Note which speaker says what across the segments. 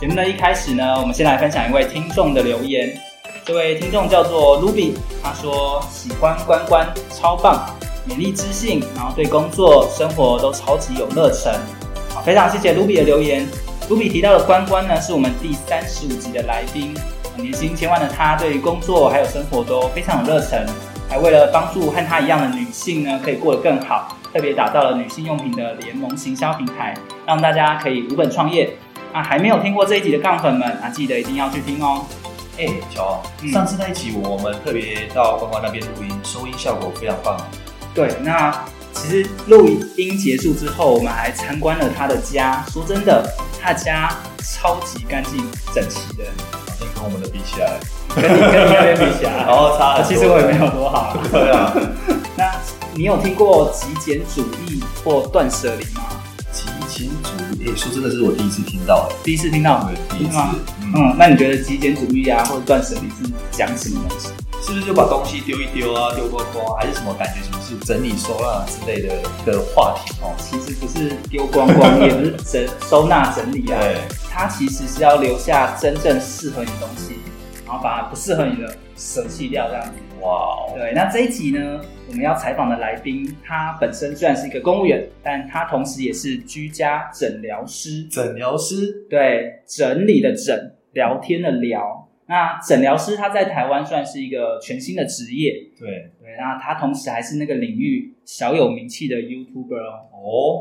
Speaker 1: 节目的一开始呢，我们先来分享一位听众的留言。这位听众叫做 Ruby，他说喜欢关关，超棒，勉励知性，然后对工作、生活都超级有热忱。好，非常谢谢 Ruby 的留言。Ruby 提到的关关呢，是我们第三十五集的来宾，年薪千万的他，对于工作还有生活都非常有热忱，还为了帮助和他一样的女性呢，可以过得更好，特别打造了女性用品的联盟行销平台，让大家可以无本创业。啊，还没有听过这一集的杠粉们啊，记得一定要去听哦。
Speaker 2: 哎、乔
Speaker 1: 嗯，
Speaker 2: 上次那一集我们特别到关关那边录音，收音效果非常棒。
Speaker 1: 对，那其实录音结束之后，我们还参观了他的家。说真的，他家超级干净整齐的，
Speaker 2: 好像跟我们的比起来，
Speaker 1: 跟你跟你那边比 起来，
Speaker 2: 然后差
Speaker 1: 啊
Speaker 2: 很多。
Speaker 1: 其实我也没有多好。
Speaker 2: 对啊，
Speaker 1: 那你有听过极简主义或断舍离吗？
Speaker 2: 极简主义，哎、说真的是我第一次听到，
Speaker 1: 第一次听到
Speaker 2: 哎，，对，第一
Speaker 1: 是
Speaker 2: 次
Speaker 1: 吗，
Speaker 2: 嗯，
Speaker 1: 嗯，那你觉得极简主义啊，或者断舍离是讲什么东西？
Speaker 2: 是不是就把东西丢一丢啊，丢光光啊，还是什么感觉？什么是整理收纳之类的的话题哦？
Speaker 1: 其实不是丢光光，也不是整收纳整理啊，
Speaker 2: 对，
Speaker 1: 它其实是要留下真正适合你的东西，然后把不适合你的舍弃掉这样子。
Speaker 2: 哇哦，
Speaker 1: 对，那这一集呢，我们要采访的来宾，他本身虽然是一个公务员，但他同时也是居家诊疗师。
Speaker 2: 诊疗师，
Speaker 1: 对，整理的整，聊天的聊。那诊疗师他在台湾算是一个全新的职业，
Speaker 2: 对，
Speaker 1: 对，那他同时还是那个领域小有名气的 YouTuber 哦。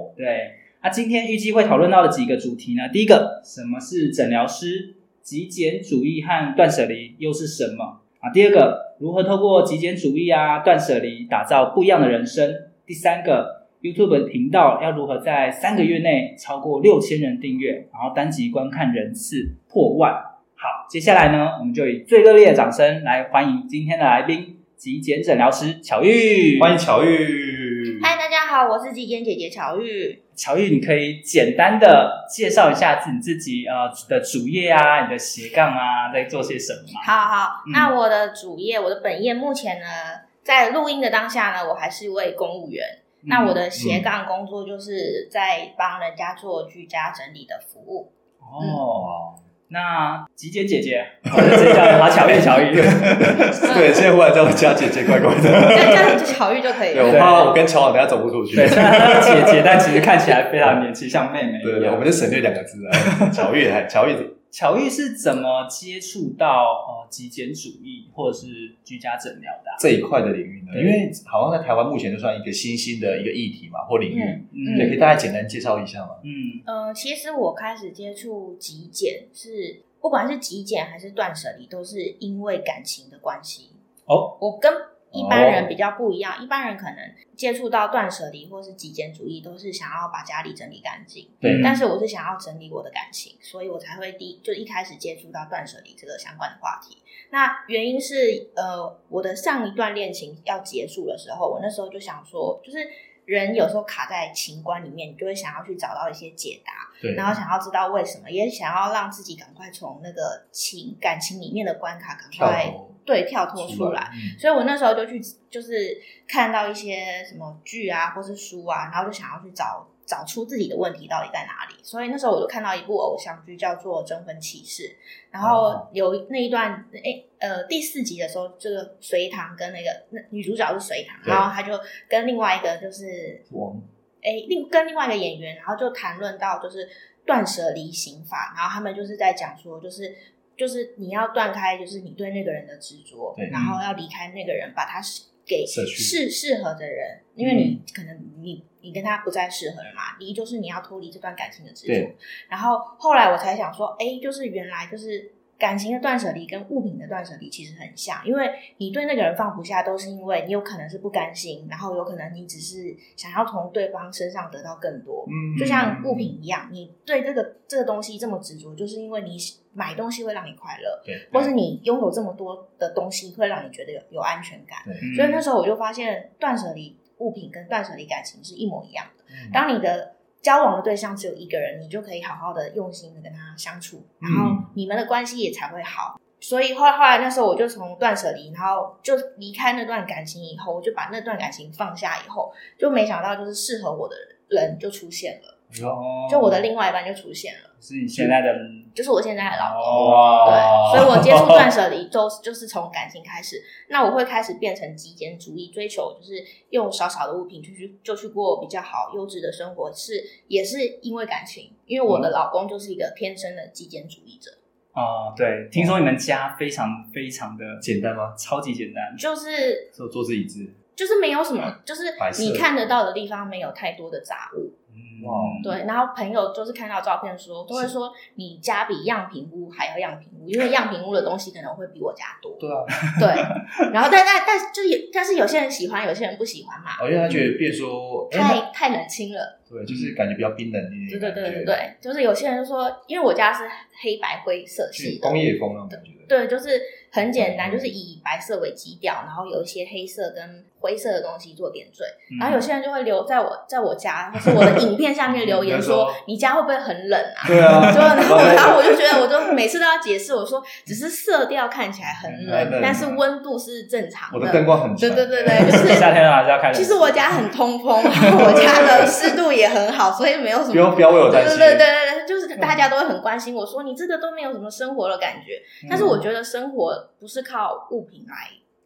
Speaker 2: 哦，
Speaker 1: 对，那今天预计会讨论到的几个主题呢？第一个，什么是诊疗师？极简主义和断舍离又是什么啊？第二个，如何透过极简主义啊、断舍离打造不一样的人生？第三个，YouTube 频道要如何在三个月内超过六千人订阅，然后单集观看人次破万？好，接下来呢，我们就以最热烈的掌声来欢迎今天的来宾——极简诊疗师巧玉。
Speaker 2: 欢迎巧遇。
Speaker 3: 嗨，大家好，我是极简姐姐乔玉。
Speaker 1: 乔玉，你可以简单的介绍一下自你自己呃的主业啊，你的斜杠啊，在做些什么吗？
Speaker 3: 好好
Speaker 1: 嗯，
Speaker 3: 那我的主业，我的本业目前呢，在录音的当下呢，我还是一位公务员。那我的斜杠工作就是在帮人家做居家整理的服务。
Speaker 1: 哦，
Speaker 2: 哇
Speaker 1: 那吉姐姐姐，我就直接叫她乔玉，乔玉。
Speaker 3: 嗯
Speaker 2: 对，现在忽然叫我叫姐姐，怪怪的。
Speaker 3: 这样就乔玉就可以
Speaker 2: 对，我
Speaker 3: 了。
Speaker 2: 怕我跟乔往等下走不出去。
Speaker 1: 对，虽然她是姐姐，但其实看起来非常年轻，像妹妹
Speaker 2: 对
Speaker 1: 一
Speaker 2: 对，我
Speaker 1: 样
Speaker 2: 们。就省略两个字啊。乔玉，还乔玉，
Speaker 1: 乔玉是怎么接触到呃极简主义或者是居家诊疗的啊、
Speaker 2: 这一块的领域呢？
Speaker 1: 对
Speaker 2: 因为好像在台湾目前就算一个新兴的一个议题嘛，或领域，
Speaker 1: 嗯
Speaker 2: 对，可以大概简单介绍一下吗？
Speaker 1: 嗯
Speaker 3: 呃，其实我开始接触极简是，不管是极简还是断舍离，都是因为感情的关系。
Speaker 1: 哦，
Speaker 3: 我跟一般
Speaker 2: 哦
Speaker 3: 人比较不一样，一般人可能接触到断舍离或是极简主义，都是想要把家里整理干净。
Speaker 1: 嗯
Speaker 2: 对
Speaker 3: 但是我是想要整理我的感情，所以我才会第就一开始接触到断舍离这个相关的话题。那原因是呃，我的上一段恋情要结束的时候，我那时候就想说，就是人有时候卡在情关里面，你就会想要去找到一些解答。
Speaker 2: 对，
Speaker 3: 然后想要知道为什么，也想要让自己赶快从那个情感情里面的关卡赶
Speaker 2: 跳
Speaker 3: 快
Speaker 2: 脱
Speaker 3: 对跳脱出来。，
Speaker 2: 嗯
Speaker 3: 所以我那时候就去，就是看到一些什么剧啊，或是书啊，然后就想要去找找出自己的问题到底在哪里。所以那时候我就看到一部偶像剧叫做《征婚启事》，然后有那一段，哎、呃，第四集的时候，这个隋唐跟那个那女主角是隋唐，
Speaker 2: 对
Speaker 3: 然后她就跟另外一个就是
Speaker 2: 王
Speaker 3: 诶，另跟另外一个演员，然后就谈论到就是断舍离刑法，然后他们就是在讲说，就是就是你要断开，就是你对那个人的执着
Speaker 2: 对，嗯
Speaker 3: 然后要离开那个人，把他是给
Speaker 2: 舍去嗯
Speaker 3: 适适合的人，因为你可能你你跟他不再适合了嘛，离就是你要脱离这段感情的执着
Speaker 2: 对。
Speaker 3: 哎然后后来我才想说，诶，就是原来就是感情的断舍离跟物品的断舍离其实很像，因为你对那个人放不下，都是因为你有可能是不甘心，然后有可能你只是想要从对方身上得到更多。
Speaker 2: 嗯
Speaker 3: 就像物品一样，你对这个这个东西这么执着，就是因为你买东西会让你快乐，
Speaker 2: 对，
Speaker 3: 或是你拥有这么多的东西会让你觉得有有安全感。
Speaker 2: 对，
Speaker 3: 所以那时候我就发现，断舍离物品跟断舍离感情是一模一样的。
Speaker 2: 嗯
Speaker 3: 当你的交往的对象只有一个人，你就可以好好的用心的跟他相处，然后你们的关系也才会好。所以后来后来那时候我就从断舍离，然后就离开那段感情以后，我就把那段感情放下以后，就没想到就是适合我的人就出现了，
Speaker 1: 哦
Speaker 3: 就我的另外一半就出现了，
Speaker 1: 是你现在的
Speaker 3: 就是我现在的老公。
Speaker 2: 哦
Speaker 1: 哇
Speaker 3: 对，所以我接触断舍离都是就是从感情开始。那我会开始变成极简主义，追求就是用少少的物品就去就去过比较好优质的生活，是也是因为感情，因为我的老公就是一个偏生的极简主义者，
Speaker 1: 啊、对，听说你们家非常非常的
Speaker 2: 简单吗？
Speaker 1: 超级简单，
Speaker 3: 就是
Speaker 2: 是桌子椅子，
Speaker 3: 就是没有什么，就是
Speaker 2: 白色
Speaker 3: 你看得到的地方没有太多的杂物，
Speaker 1: 嗯
Speaker 2: 哇
Speaker 3: 对。然后朋友就是看到照片说，都会说你家比样品屋还要样品屋，因为样品屋的东西可能会比我家多，
Speaker 2: 对啊，
Speaker 3: 对。然后但但但就是有，但是有些人喜欢，有些人不喜欢嘛。
Speaker 2: 哦因为他觉得变说，哎
Speaker 3: 太太冷清了。
Speaker 2: 对，就是感觉比较冰冷一
Speaker 3: 对
Speaker 2: 点，
Speaker 3: 对对对，对，就是有些人就说，因为我家是黑白灰色系
Speaker 2: 是
Speaker 3: 的
Speaker 2: 工，业风那种感觉，
Speaker 3: 对，就是很简单，
Speaker 2: 嗯
Speaker 3: 就是以白色为基调，然后有一些黑色跟灰色的东西做点缀。
Speaker 1: 嗯
Speaker 3: 然后有些人就会留在我在我家或是我的影片下面留 言
Speaker 2: 比如说
Speaker 3: 说，你家会不会很冷 啊？
Speaker 2: 对啊
Speaker 3: 就然后然后我就觉得，我就每次都要解释，我说只是色调看起来很
Speaker 2: 很
Speaker 3: 冷
Speaker 2: 冷，啊
Speaker 3: 但是温度是正常
Speaker 2: 我的灯光很
Speaker 3: 对
Speaker 2: 强，
Speaker 3: 对对对，就是
Speaker 1: 夏天了还是要开冷
Speaker 3: 其
Speaker 1: 气。
Speaker 3: 实我家很通风，然后我家的湿度也很好，所以没有什么。
Speaker 2: 不用不要为我
Speaker 3: 对
Speaker 2: 担
Speaker 3: 对
Speaker 2: 心，
Speaker 3: 对对对，就是大家都会很关心我说你这个都没有什么生活的感觉，
Speaker 1: 嗯
Speaker 3: 但是我觉得生活不是靠物品来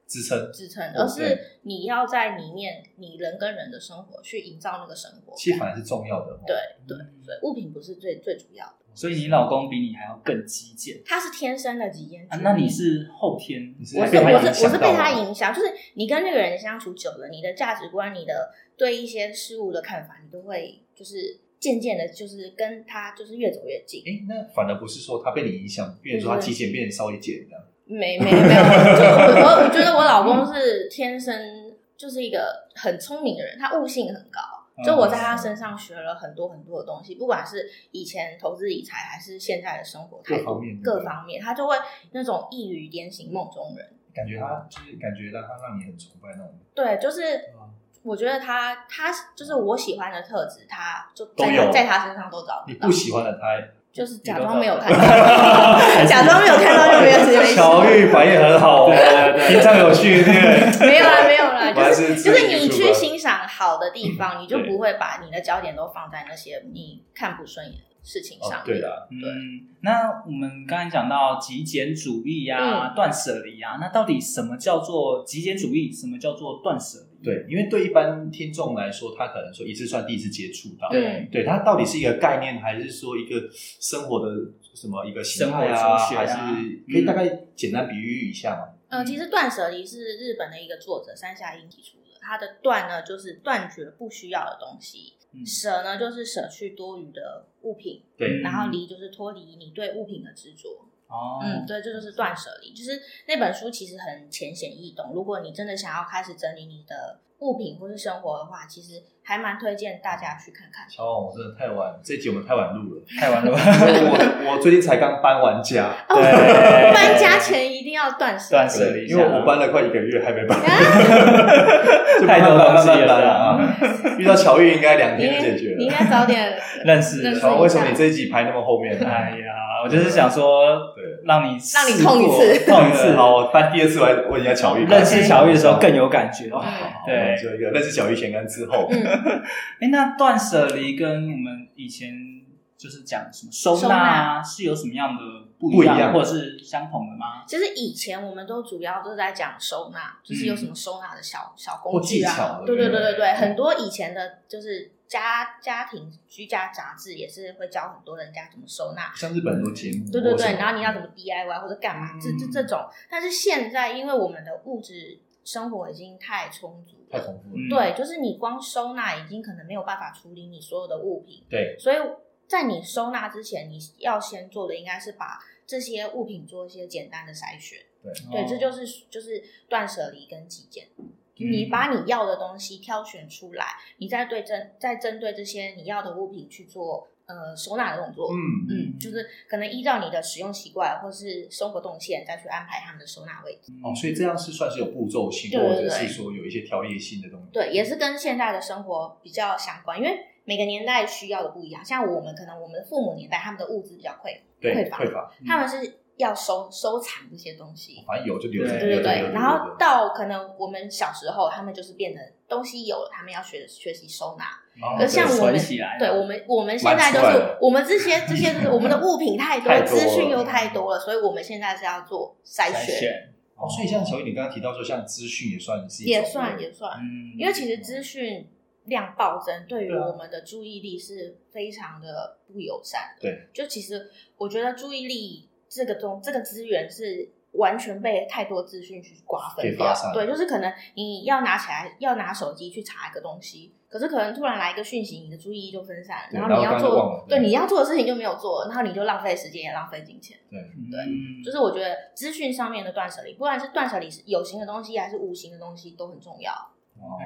Speaker 2: 支撑
Speaker 3: 支撑，
Speaker 2: 对
Speaker 3: 而是你要在里面你人跟人的生活去营造那个生活
Speaker 2: 其实
Speaker 3: 感。
Speaker 2: 反而是重要的，哦
Speaker 3: 对对，所以物品不是最最主要的，
Speaker 1: 所以你老公比你还要更极简
Speaker 3: 他是天生的极简主
Speaker 1: 啊
Speaker 3: 义。？
Speaker 1: 那你是后天，
Speaker 2: 你是
Speaker 3: 我
Speaker 2: 还
Speaker 3: 是
Speaker 2: 被他
Speaker 3: 我是
Speaker 2: 影响
Speaker 3: 我是被
Speaker 2: 到
Speaker 3: 他
Speaker 2: 了
Speaker 3: 影响，就是你跟那个人相处久了，你的价值观、你的对一些事物的看法，你都会就是渐渐的，就是跟他就是越走越近。
Speaker 2: 哎，那反而不是说他被你影响，变成说他极简变得稍微简单，
Speaker 3: 没没没有，就我我我觉得我老公是天生就是一个很聪明的人，他悟性很高。就我在他身上学了很多很多的东西，不管是以前投资理财，还是现在的生活态
Speaker 2: 各方
Speaker 3: 度
Speaker 2: 面，
Speaker 3: 各方面，他就会那种一语点醒梦中人。
Speaker 2: 感觉他就是感觉让他让你很崇拜那种，
Speaker 3: 对，就是
Speaker 2: 吧
Speaker 3: 我觉得他他就是我喜欢的特质，他就
Speaker 2: 都
Speaker 3: 在
Speaker 2: 有
Speaker 3: 他在他身上都找
Speaker 2: 你
Speaker 3: 得到
Speaker 2: 不，喜欢的他，
Speaker 3: 就是
Speaker 1: 你
Speaker 3: 假
Speaker 1: 都
Speaker 3: 装
Speaker 1: 找
Speaker 3: 没有
Speaker 1: 到
Speaker 3: 看 到，假装没有看到就没有直接没
Speaker 2: 巧遇反应很好哦，平常有训练，
Speaker 3: 没有啦，没有啦，
Speaker 2: 我还
Speaker 3: 就是就
Speaker 2: 自
Speaker 3: 是
Speaker 2: 己接
Speaker 3: 你
Speaker 2: 触
Speaker 3: 去
Speaker 2: 吧
Speaker 3: 欣赏好的地方，你就
Speaker 2: 对
Speaker 3: 不会把你的焦点都放在那些你看不顺眼的事情上
Speaker 2: 哦
Speaker 3: 面。
Speaker 2: 对啦，
Speaker 1: 嗯，那我们刚才讲到极简主义
Speaker 3: 嗯
Speaker 1: 啊、断舍离啊，那到底什么叫做极简主义？什么叫做断舍离？
Speaker 2: 对，因为对一般听众来说，他可能说一次算第一次接触到，
Speaker 3: 嗯，
Speaker 2: 对它到底是一个概念，还是说一个生活的什么一个形态
Speaker 1: 生活
Speaker 2: 啊，
Speaker 1: 哲学
Speaker 2: 还
Speaker 1: 啊
Speaker 2: 是可以大概简单比喻一下吗？
Speaker 3: 嗯，其实断舍离是日本的一个作者山下英提出的，他的断呢就是断绝不需要的东西，
Speaker 1: 嗯
Speaker 3: 舍呢就是舍去多余的物品，
Speaker 1: 对
Speaker 3: 然后
Speaker 2: 嗯
Speaker 3: 离就是脱离你对物品的执着。
Speaker 1: 哦，
Speaker 3: 嗯，对，这就是断舍离。就是那本书其实很浅显易懂。如果你真的想要开始整理你的物品或是生活的话，其实还蛮推荐大家去看看。
Speaker 2: 乔王，我真的太晚，这集我们太晚录 了，
Speaker 1: 太完了吧，
Speaker 2: 因为我我最近才刚搬完 家，
Speaker 3: 哦，
Speaker 1: 对
Speaker 3: 搬家前一定要断舍
Speaker 1: 断
Speaker 3: 离。
Speaker 1: 舍离一下，
Speaker 2: 因为我搬了快一个月还没搬， 就
Speaker 1: 太
Speaker 2: 慢
Speaker 1: 多
Speaker 2: 慢搬
Speaker 1: 东西
Speaker 2: 慢慢
Speaker 1: 了
Speaker 2: 搬 啊。遇到巧遇应该两
Speaker 3: 你应
Speaker 2: 天
Speaker 3: 该
Speaker 2: 就解决
Speaker 3: 啊你应
Speaker 2: 了。
Speaker 3: 该早点
Speaker 1: 认识
Speaker 3: 认识
Speaker 2: 乔王，为什么你这一集排那么后面呢？
Speaker 1: 哎呀，我就是想说，
Speaker 2: 对，
Speaker 1: 让你
Speaker 3: 让你
Speaker 1: 试
Speaker 3: 痛一
Speaker 1: 过
Speaker 3: 次
Speaker 1: 痛一次，
Speaker 2: 好，我搬第二次我来问一下巧遇。
Speaker 1: 认识乔玉的时候更有感觉。哇
Speaker 3: 嗯
Speaker 2: 好，
Speaker 1: 对
Speaker 2: 就一个认识巧遇前跟之后，
Speaker 3: 嗯，
Speaker 1: 哎，那断舍离跟我们以前就是讲什么收纳啊，是有什么样的不一
Speaker 2: 不一
Speaker 1: 样，
Speaker 2: 样
Speaker 1: 或者是相同的吗？
Speaker 3: 其实以前我们都主要都在讲收纳，就是有什么收纳的小小
Speaker 2: 或
Speaker 3: 工
Speaker 2: 嗯
Speaker 3: 具
Speaker 2: 技巧
Speaker 3: 啊
Speaker 2: 的，
Speaker 3: 对对对对对，
Speaker 2: 嗯
Speaker 3: 很多以前的就是家家庭居家杂志也是会教很多人家怎么收纳，
Speaker 2: 像日本很多节目，
Speaker 3: 对对
Speaker 2: 或者什
Speaker 3: 对，
Speaker 2: 么
Speaker 3: 然后你要怎么 DIY 或者干嘛，这这
Speaker 1: 嗯
Speaker 3: 这种。但是现在因为我们的物质生活已经太充足
Speaker 2: 太
Speaker 3: 了，
Speaker 2: 重
Speaker 1: 嗯
Speaker 2: 复了。
Speaker 3: 对，就是你光收纳已经可能没有办法处理你所有的物品，
Speaker 2: 对，
Speaker 3: 所以在你收纳之前，你要先做的应该是把这些物品做一些简单的筛选。
Speaker 1: 哦
Speaker 3: 对，这就是就是断舍离跟极简。
Speaker 2: 嗯
Speaker 3: 你把你要的东西挑选出来，你再对针再针对这些你要的物品去做呃收纳的动作。
Speaker 2: 嗯
Speaker 3: 嗯，就是可能依照你的使用习惯或是生活动线，再去安排他们的收纳位置。
Speaker 2: 哦，所以这样是算是有步骤性，
Speaker 3: 对
Speaker 2: 或
Speaker 3: 对
Speaker 2: 者
Speaker 3: 对
Speaker 2: 是说有一些条列性的东西。
Speaker 3: 对，也是跟现在的生活比较相关，因为每个年代需要的不一样。像我们可能我们的父母年代，他们的物资比较匮，
Speaker 2: 对
Speaker 3: 匮乏
Speaker 2: 匮乏，
Speaker 3: 他们是要收收藏这些东西。
Speaker 2: 反正有就留着，
Speaker 1: 对
Speaker 3: 对对
Speaker 2: 留着留
Speaker 3: 对，
Speaker 2: 着
Speaker 3: 然
Speaker 2: 留
Speaker 3: 后
Speaker 2: 着
Speaker 3: 到可能我们小时候，他们就是变成东西有了，他们要学学习收纳。
Speaker 2: 哦
Speaker 3: 可是呃像我
Speaker 1: 存
Speaker 3: 们
Speaker 1: 起来，啊
Speaker 3: 对我们，我们现在
Speaker 2: 蛮
Speaker 3: 就
Speaker 2: 出来
Speaker 3: 是
Speaker 2: 了
Speaker 3: 我们这些这些就是我们的物品太
Speaker 2: 太
Speaker 3: 多，
Speaker 2: 多
Speaker 3: 资讯
Speaker 2: 了
Speaker 3: 又太多了，所以我们现在是要做筛
Speaker 1: 筛
Speaker 3: 选，
Speaker 1: 选，
Speaker 2: 哦，所以像小雨你刚刚提到说，像资讯也算是一种
Speaker 3: 也算也算，
Speaker 1: 嗯，
Speaker 3: 因为其实资讯量暴增，对于
Speaker 2: 对啊
Speaker 3: 我们的注意力是非常的不友善的。
Speaker 2: 对，
Speaker 3: 就其实我觉得注意力这个东这个资源是完全被太多资讯去瓜分
Speaker 2: 给
Speaker 3: 掉
Speaker 2: 发散。
Speaker 3: 对，就是可能你要拿起来要拿手机去查一个东西，可是可能突然来一个讯息，你的注意力就分散了，
Speaker 2: 对
Speaker 3: 然后你
Speaker 2: 然后
Speaker 3: 要
Speaker 2: 刚刚忘
Speaker 3: 做
Speaker 2: 了对
Speaker 3: 对你要做的事情就没有做，然后你就浪费时间也浪费金钱。
Speaker 2: 对，
Speaker 1: 嗯
Speaker 2: 嗯
Speaker 1: 对
Speaker 3: 就是我觉得资讯上面的断舍离，不管是断舍离是有形的东西还是无形的东西都很重要。
Speaker 2: 哦，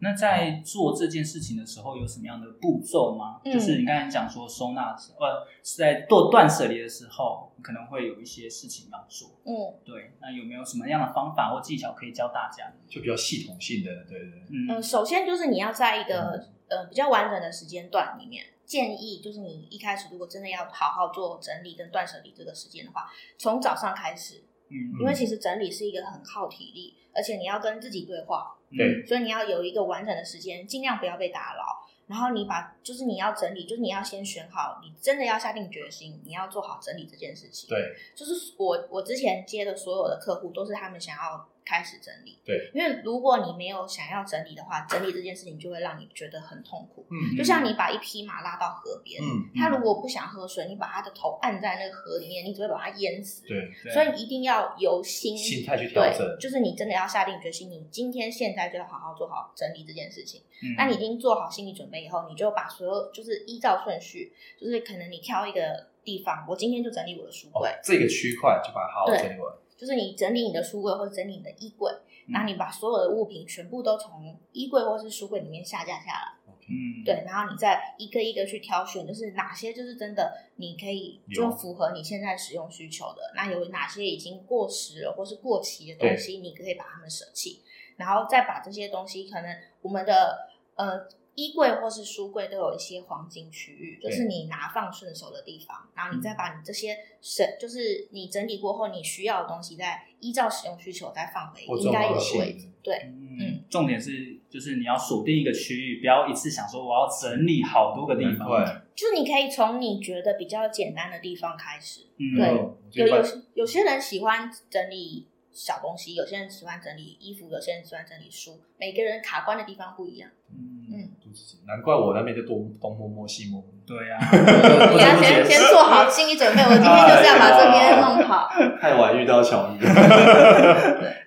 Speaker 1: 那在做这件事情的时候，有什么样的步骤吗？
Speaker 3: 嗯
Speaker 1: 就是你刚才讲说收纳的时候，呃，是在做断舍离的时候，可能会有一些事情要做。
Speaker 3: 嗯。
Speaker 1: 对，那有没有什么样的方法或技巧可以教大家？
Speaker 2: 就比较系统性的，对对对，
Speaker 3: 呃，
Speaker 1: 嗯，
Speaker 3: 首先就是你要在一个呃比较完整的时间段里面，建议就是你一开始如果真的要好好做整理跟断舍离这个时间的话，从早上开始，
Speaker 1: 嗯
Speaker 3: 因为其实整理是一个很耗体力，而且你要跟自己对话，
Speaker 1: 嗯
Speaker 2: 对，
Speaker 3: 所以你要有一个完整的时间，尽量不要被打扰。然后你把就是你要整理，就是你要先选好，你真的要下定决心，你要做好整理这件事情。
Speaker 2: 对，
Speaker 3: 就是我我之前接的所有的客户都是他们想要开始整理，
Speaker 2: 对，
Speaker 3: 因为如果你没有想要整理的话，整理这件事情就会让你觉得很痛苦。
Speaker 2: 嗯
Speaker 3: 就像你把一匹马拉到河边，
Speaker 2: 嗯，
Speaker 3: 它如果不想喝水，你把它的头按在那个河里面，你只会把它淹死。
Speaker 2: 对，
Speaker 1: 对
Speaker 3: 所以一定要由心
Speaker 2: 心态去调整
Speaker 3: 嗯对，，就是你真的要下定决心，你今天现在就要好好做好整理这件事
Speaker 2: 嗯
Speaker 3: 情。
Speaker 1: 嗯
Speaker 3: 那你已经做好心理准备以后，你就把所有就是依照顺序，就是可能你挑一个地方，我今天就整理我的书
Speaker 2: 哦
Speaker 3: 柜，，
Speaker 2: 这个区块就把它好好
Speaker 3: 对
Speaker 2: 整理完，
Speaker 3: 就是你整理你的书柜或者整理你的衣柜，然后你把所有的物品全部都从衣柜或是书柜里面下架下来，
Speaker 1: 嗯，
Speaker 3: 对，然后你再一个一个去挑选，就是哪些就是真的你可以就
Speaker 2: 有
Speaker 3: 符合你现在使用需求的，那有哪些已经过时了或是过期的东西，你可以把它们舍弃，然后再把这些东西，可能我们的呃衣柜或是书柜都有一些黄金区域，就
Speaker 2: 对嗯
Speaker 3: 是你拿放顺手的地方，然后你再把你这些舍，就是你整理过后你需要的东西，再依照使用需求再放回
Speaker 2: 或
Speaker 3: 应该有
Speaker 2: 重
Speaker 3: 的
Speaker 2: 要
Speaker 3: 位
Speaker 2: 性
Speaker 3: 置，对。
Speaker 1: 嗯
Speaker 3: 嗯，
Speaker 1: 重点是就是你要锁定一个区域，不要一次想说我要整理好多个地
Speaker 2: 难
Speaker 1: 方。
Speaker 2: 怪，
Speaker 3: 就是你可以从你觉得比较简单的地方开始，
Speaker 1: 嗯，
Speaker 3: 对
Speaker 2: 嗯，我觉
Speaker 3: 有
Speaker 2: 得
Speaker 3: 有
Speaker 2: 把
Speaker 3: 有些人喜欢整理小东西，有些人喜欢整理衣服，有些人喜欢整理书，每个人卡关的地方不一样。
Speaker 1: 嗯，
Speaker 3: 嗯，
Speaker 2: 肚子难怪我那边就东东摸摸西摸摸，
Speaker 1: 对啊呀，
Speaker 3: 嗯你要先先做好心理准备，我今天就是要把这边弄好。
Speaker 2: 太晚遇到小雨，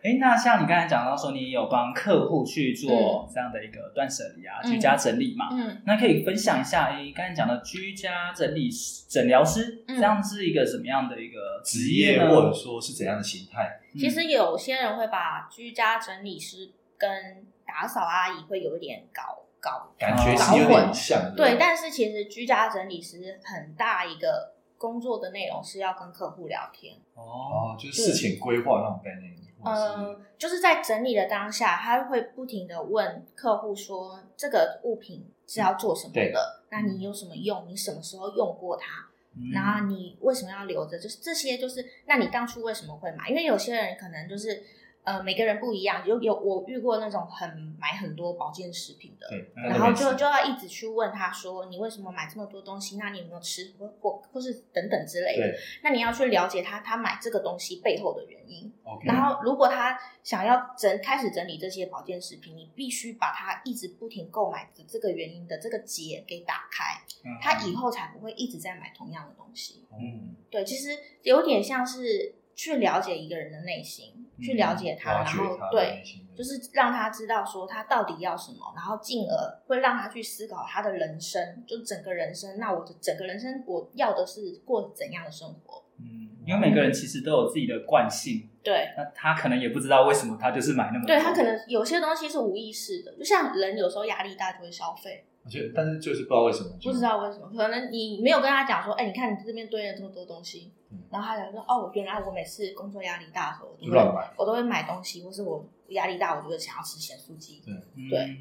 Speaker 1: 哎，那像你刚才讲到说，你有帮客户去做这样的一个断舍离啊，
Speaker 3: 嗯
Speaker 1: 居家整理嘛，
Speaker 3: 嗯，
Speaker 1: 那可以分享一下，哎，刚才讲的居家整理师诊疗师，
Speaker 3: 嗯
Speaker 1: 这样是一个什么样的一个
Speaker 2: 职
Speaker 1: 职
Speaker 2: 业
Speaker 1: 呢？
Speaker 2: 或者说是怎样的形态，
Speaker 1: 嗯
Speaker 3: 其实有些人会把居家整理师跟打扫阿姨会有一点搞搞
Speaker 2: 感觉是有
Speaker 3: 搞
Speaker 2: 点
Speaker 3: 混
Speaker 2: 像的，
Speaker 3: 啊对，但是其实居家整理师很大一个工作的内容是要跟客户聊天。
Speaker 1: 哦，
Speaker 2: 哦，就是事情规划那种概念，或者
Speaker 3: 呃，就是在整理的当下，他会不停的问客户说这个物品是要做什么
Speaker 2: 对嗯
Speaker 3: 的，那你有什么用？你什么时候用过它？然后你为什么要留着？就是这些，就是那你当初为什么会买？因为有些人可能就是。呃，每个人不一样，有有我遇过那种很买很多保健食品的
Speaker 2: 是，对，
Speaker 3: 然后
Speaker 2: 那
Speaker 3: 就
Speaker 2: 个
Speaker 3: 就要一直去问他说，你为什么买这么多东西？那你有没有吃或或或是等等之类的
Speaker 2: 对？
Speaker 3: 那你要去了解他他买这个东西背后的原因。
Speaker 2: OK，
Speaker 3: 然后，如果他想要整开始整理这些保健食品，你必须把他一直不停购买的这个原因的这个结给打开，
Speaker 1: 嗯
Speaker 3: 他以后才不会一直在买同样的东西。
Speaker 2: 嗯，
Speaker 3: 对，其实有点像是去了解一个人的内心，去了解他，
Speaker 2: 挖
Speaker 3: 然
Speaker 2: 掘
Speaker 3: 后
Speaker 2: 他的
Speaker 3: 对
Speaker 2: 内，心的，
Speaker 3: 就是让他知道说他到底要什么，然后进而会让他去思考他的人生，就整个人生。那我的整个人生我要的是过怎样的生活？
Speaker 1: 嗯，因为每个人其实都有自己的惯性，
Speaker 3: 对，
Speaker 1: 那他可能也不知道为什么他就是买那么多，
Speaker 3: 对
Speaker 2: 哦
Speaker 3: 他可能有些东西是无意识的，就像人有时候压力大就会消费，
Speaker 2: 我觉得，但是就是不知道为什么，
Speaker 3: 不知道为什么，可能你没有跟他讲说，哎、你看你这边堆了这么多东西
Speaker 2: 嗯，
Speaker 3: 然后他想说，哦，原来我每次工作压力大的时候，我
Speaker 2: 就
Speaker 3: 都
Speaker 2: 乱
Speaker 3: 会
Speaker 2: 买。
Speaker 3: 我都会买东西，或是我压力大，我就会想要吃咸酥鸡。
Speaker 1: 嗯
Speaker 3: 对。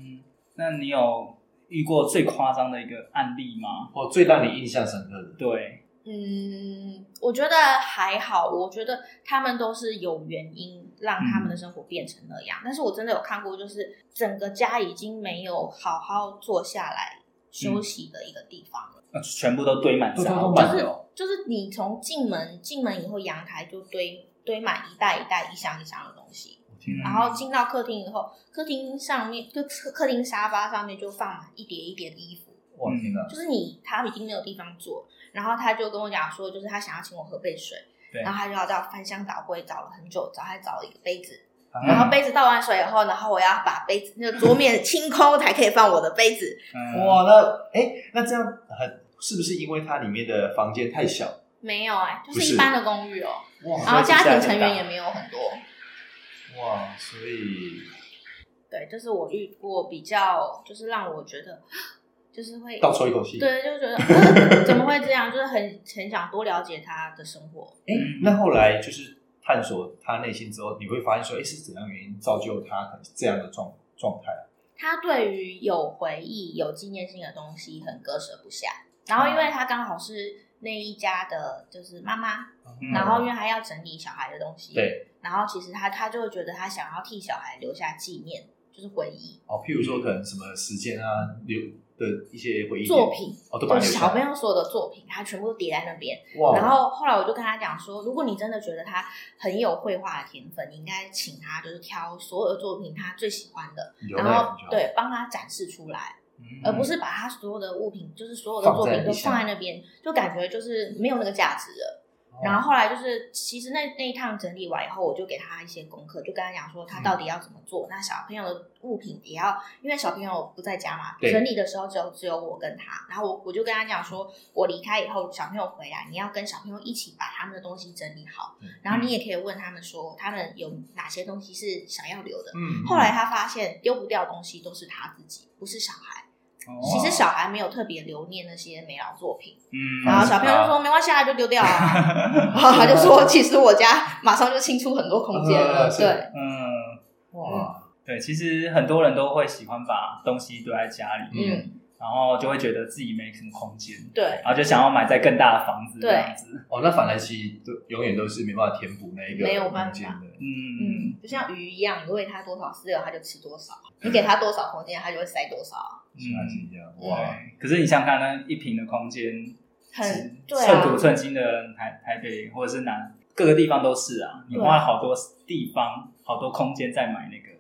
Speaker 1: 那你有遇过最夸张的一个案例吗？
Speaker 2: 哦，最让你印象深刻的，
Speaker 1: 对，
Speaker 3: 嗯，我觉得还好，我觉得他们都是有原因让他
Speaker 2: 嗯
Speaker 3: 们的生活变成那样。但是我真的有看过，就是整个家已经没有好好坐下来
Speaker 2: 嗯
Speaker 3: 休息的一个地方了。
Speaker 1: 呃全部都堆满
Speaker 2: 都
Speaker 1: 沙
Speaker 2: 都
Speaker 1: 包
Speaker 2: 满了，
Speaker 3: 就是你从进门进门以后，阳台就堆堆满一袋一袋、一箱一箱的东西。
Speaker 1: 嗯
Speaker 3: 然后进到客厅以后，客厅上面就客客厅沙发上面就放满一叠一叠的衣服，
Speaker 2: 哇天哪！
Speaker 3: 就是你他已经没有地方坐，然后他就跟我讲说，就是他想要请我喝杯水，
Speaker 1: 对
Speaker 3: 然后他就要到翻箱倒柜找了很久，找还找了一个杯子，
Speaker 1: 啊
Speaker 3: 然后杯子倒完水以后，然后我要把杯子那个桌面清空才可以放我的杯子，
Speaker 1: 嗯
Speaker 2: 哇，那哎，那这样很是不是因为它里面的房间太小？
Speaker 3: 没有哎、就
Speaker 2: 不
Speaker 3: 是
Speaker 2: 是
Speaker 3: 一般的公寓哦、
Speaker 2: 哇
Speaker 3: 然后家庭成
Speaker 2: 所以这
Speaker 3: 员
Speaker 2: 样
Speaker 3: 也
Speaker 2: 很
Speaker 3: 没有很多，
Speaker 2: 大哇，所以
Speaker 3: 对，这是我遇过比较就是让我觉得就是会
Speaker 2: 倒抽一口气。
Speaker 3: 对，就觉得、呃、怎么会这样，就是很很想多了解他的生活。
Speaker 2: 哎，那后来就是探索他内心之后，你会发现说，哎，是怎样原因造就他可能这样的状状态？
Speaker 3: 他对于有回忆、有纪念性的东西很割舍不下。然后，因为他刚好是那一家的，就是妈妈，
Speaker 1: 嗯
Speaker 3: 然后因为他要整理小孩的东西，
Speaker 2: 对，
Speaker 3: 然后其实他他就会觉得他想要替小孩留下纪念，就是回忆、
Speaker 2: 哦，譬如说可能什么时间啊，留的一些回忆点
Speaker 3: 作品，
Speaker 2: 哦，都把它留
Speaker 3: 就是
Speaker 2: 下
Speaker 3: 小朋
Speaker 2: 来。
Speaker 3: 友所有的作品，他全部都叠在那边。
Speaker 2: 哇，
Speaker 3: 然后后来我就跟他讲说，如果你真的觉得他很有绘画的天分，你应该请他就是挑所有的作品他最喜欢的，
Speaker 2: 留
Speaker 3: 然
Speaker 2: 那
Speaker 3: 后
Speaker 2: 里就好，
Speaker 3: 对帮他展示出来，
Speaker 1: 嗯
Speaker 3: 而不是把他所有的物品，就是所有的作品都放在那边，就感觉就是没有那个价值了。
Speaker 2: 哦，
Speaker 3: 然后后来就是，其实那那一趟整理完以后，我就给他一些功课，就跟他讲说他到底要怎么做。那小朋友的物品也要，因为小朋友不在家嘛，
Speaker 2: 对
Speaker 3: 整理的时候只有只有我跟他。然后我我就跟他讲说，我离开以后，小朋友回来，你要跟小朋友一起把他们的东西整理好
Speaker 2: 嗯。
Speaker 3: 然后你也可以问他们说，他们有哪些东西是想要留的。
Speaker 2: 嗯，嗯
Speaker 3: 后来他发现丢不掉的东西都是他自己，不是小孩。
Speaker 1: 哦
Speaker 3: 其实小孩没有特别留念那些美劳作品，
Speaker 1: 嗯
Speaker 3: 然后小朋友就说没关系啊，就丢掉啊。然后他就说，其实我家马上就清出很多空间了，
Speaker 2: 呃是
Speaker 3: 对
Speaker 1: 嗯，
Speaker 2: 哇，
Speaker 1: 对，其实很多人都会喜欢把东西堆在家里面，
Speaker 3: 嗯
Speaker 1: 然后就会觉得自己没什么空间，
Speaker 3: 对
Speaker 1: 然后就想要买在更大的房子这
Speaker 3: 对
Speaker 1: 样子。
Speaker 2: 哦，那反而其实都永远都是没办法填补那一个
Speaker 3: 没有办法
Speaker 2: 空间的。
Speaker 1: 嗯
Speaker 3: 嗯，就像鱼一样，你喂它多少饲料，它就吃多少；你给它多少空间，它就会塞多少。
Speaker 2: 是还是一样
Speaker 3: 嗯
Speaker 2: 哇，
Speaker 1: 对。可是你想想看，那一平的空间，
Speaker 3: 很
Speaker 1: 其
Speaker 3: 对
Speaker 1: 寸土
Speaker 3: 啊，
Speaker 1: 寸金的台台北或者是南各个地方都是啊，你
Speaker 3: 对啊
Speaker 1: 花了好多地方、好多空间在买那个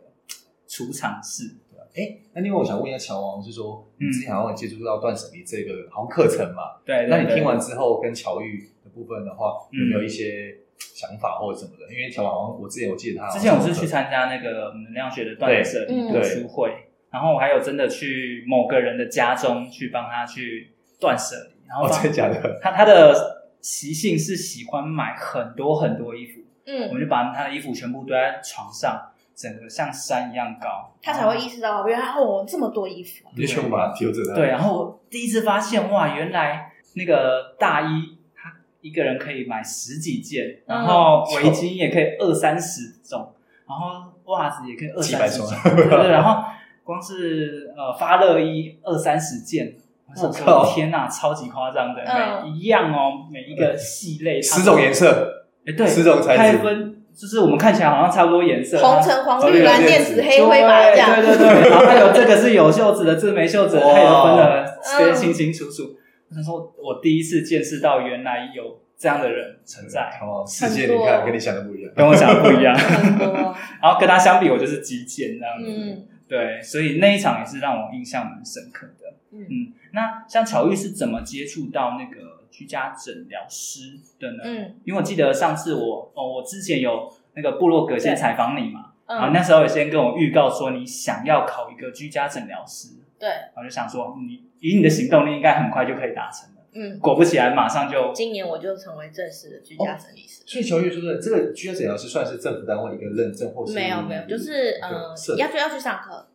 Speaker 1: 储藏室。
Speaker 2: 哎，那另外我想问一下乔王，是说
Speaker 1: 嗯
Speaker 2: 你之前好像有接触到断舍离这个好像课程嘛？
Speaker 1: 对，对
Speaker 2: 那你
Speaker 1: 对
Speaker 2: 听完之后跟巧遇的部分的话，
Speaker 1: 嗯
Speaker 2: 有没有一些想法或者什么的？因为乔王好像我之前我记得他好
Speaker 1: 之
Speaker 2: 像
Speaker 1: 前我是
Speaker 2: 有
Speaker 1: 去
Speaker 2: 课
Speaker 1: 参加那个能量学的断舍离
Speaker 3: 对
Speaker 1: 读书会，然后我还有真的去某个人的家中去帮他去断舍离，然后
Speaker 2: 哦，
Speaker 1: 帮
Speaker 2: 真的假的？
Speaker 1: 他他的习性是喜欢买很多很多衣服，我
Speaker 3: 嗯，
Speaker 1: 们就把他的衣服全部堆在床上，整个像山一样高，
Speaker 3: 它才会意识到原来哦，我这么多衣服啊。
Speaker 2: 你就全部把它丢着它。
Speaker 1: 对，然后我第一次发现，哇，原来那个大衣，他一个人可以买十几件，然后
Speaker 2: 嗯
Speaker 1: 围巾也可以二三十种，然后袜子也可以二
Speaker 2: 几百
Speaker 1: 三十
Speaker 2: 种
Speaker 1: 种，对对对，然后光是呃发热衣二三十件。我想
Speaker 2: 我靠
Speaker 1: 说，天呐，超级夸张的，
Speaker 3: 嗯
Speaker 1: 每一样哦，每一个系类，它
Speaker 2: 十种颜，色，
Speaker 1: 哎，对，
Speaker 2: 十种材质
Speaker 1: 它还分，就是我们看起来好像差不多颜色，
Speaker 3: 红橙黄
Speaker 2: 哦
Speaker 3: 绿
Speaker 2: 绿
Speaker 3: 蓝
Speaker 2: 蓝
Speaker 3: 靛
Speaker 2: 靛
Speaker 3: 紫
Speaker 2: 紫
Speaker 3: 黑灰白这样，
Speaker 1: 对对对对，然后还有这个是有袖子的，这个没袖子的，
Speaker 2: 哇
Speaker 1: 它也都分的
Speaker 3: 哦
Speaker 1: 分清清楚楚。我想说，我第一次见识到原来有这样的人存在，
Speaker 2: 哦，世界你看跟你想的不一样。
Speaker 1: 跟我想的不一样。
Speaker 3: 很多。
Speaker 1: 然后跟他相比，我就是极简这样子。
Speaker 3: 嗯
Speaker 1: 对，所以那一场也是让我印象蛮深刻的。
Speaker 3: 嗯
Speaker 1: 嗯，那像巧玉是怎么接触到那个居家诊疗师的呢？
Speaker 3: 嗯
Speaker 1: 因为我记得上次我哦，我之前有那个部落格先
Speaker 3: 对
Speaker 1: 采访你嘛，然后
Speaker 3: 嗯，
Speaker 1: 那时候有先跟我预告说你想要考一个居家诊疗师，
Speaker 3: 对，
Speaker 1: 嗯我就想说你以你的行动力应该很快就可以达成了。
Speaker 3: 嗯，
Speaker 1: 果不其然，马上就
Speaker 3: 今年我就成为正式的居家整理师。
Speaker 2: 所以球玉说的这个居家诊疗师算是政府单位一个认证，或是
Speaker 3: 没有没有，就是嗯，
Speaker 2: 是
Speaker 3: 要就要去上课，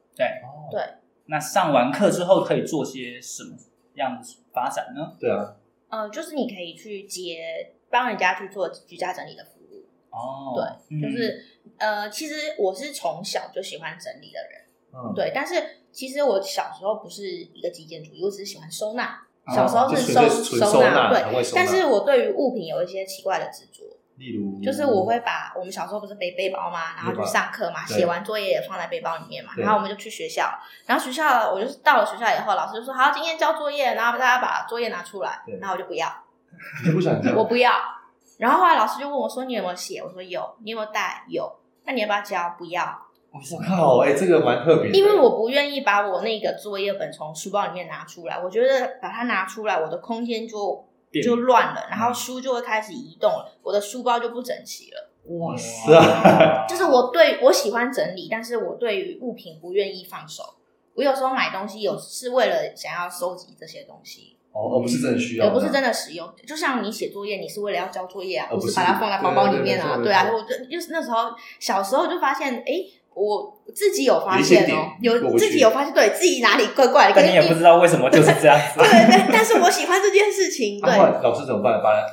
Speaker 2: 哦
Speaker 3: 对
Speaker 1: 那上完课之后可以做些什么样子发展呢？
Speaker 2: 对啊，
Speaker 3: 嗯，就是你可以去接帮人家去做居家整理的服务。
Speaker 1: 哦，
Speaker 2: 嗯
Speaker 3: 对，就是、呃，其实我是从小就喜欢整理的人，
Speaker 2: 嗯，
Speaker 3: 对，但是其实我小时候不是一个极简主义，我只是喜欢收纳，
Speaker 1: 哦
Speaker 3: 小时候
Speaker 2: 啊就是纯粹
Speaker 3: 收
Speaker 2: 纯收纳
Speaker 3: 对，
Speaker 2: 很会收纳
Speaker 3: 但是我对于物品有一些奇怪的执着，
Speaker 2: 例如
Speaker 3: 就是我会把我们小时候不是背背包嘛，然后去上课嘛，
Speaker 2: 对
Speaker 3: 写完作业也放在背包里面嘛，
Speaker 2: 对
Speaker 3: 然后我们就去学校，然后学校我就是到了学校以后，老师就说好，今天交作业，然后大家把作业拿出来
Speaker 2: 对，
Speaker 3: 然后我就不要，
Speaker 2: 你不想这样，
Speaker 3: 我不要。然后后来老师就问我说：“你有没有写？”我说：“有。”你有没有带？有。那你要不要交？不要，
Speaker 1: 我
Speaker 2: 我靠，哎，这个蛮特别的，
Speaker 3: 因为我不愿意把我那个作业本从书包里面拿出来。我觉得把它拿出来，我的空间就
Speaker 1: 变
Speaker 3: 就乱了，然后
Speaker 2: 嗯
Speaker 3: 书就会开始移动了，我的书包就不整齐了。
Speaker 2: 哇塞，
Speaker 1: 啊
Speaker 3: 就是我对我喜欢整理，但是我对于物品不愿意放手。我有时候买东西有是为了想要收集这些东西，
Speaker 2: 哦，而不是真的需要，
Speaker 3: 也不是真的实用。就像你写作业，你是为了要交作业啊，
Speaker 2: 而不
Speaker 3: 不
Speaker 2: 是
Speaker 3: 是把它放在包包里面啊。
Speaker 2: 对对对
Speaker 3: 对啊，
Speaker 2: 没
Speaker 3: 我就就是那时候小时候就发现，哎，我自己有发
Speaker 2: 有一些
Speaker 3: 现
Speaker 2: 点
Speaker 3: 哦，
Speaker 2: 过
Speaker 3: 有
Speaker 2: 不去
Speaker 3: 自己有发现，对自己哪里怪怪的，
Speaker 1: 但
Speaker 3: 跟
Speaker 1: 你也不知道为什么就是这样子
Speaker 3: 对。对对，但是我喜欢这件事情。
Speaker 2: 啊
Speaker 3: 对，
Speaker 2: 后来老师怎么办？把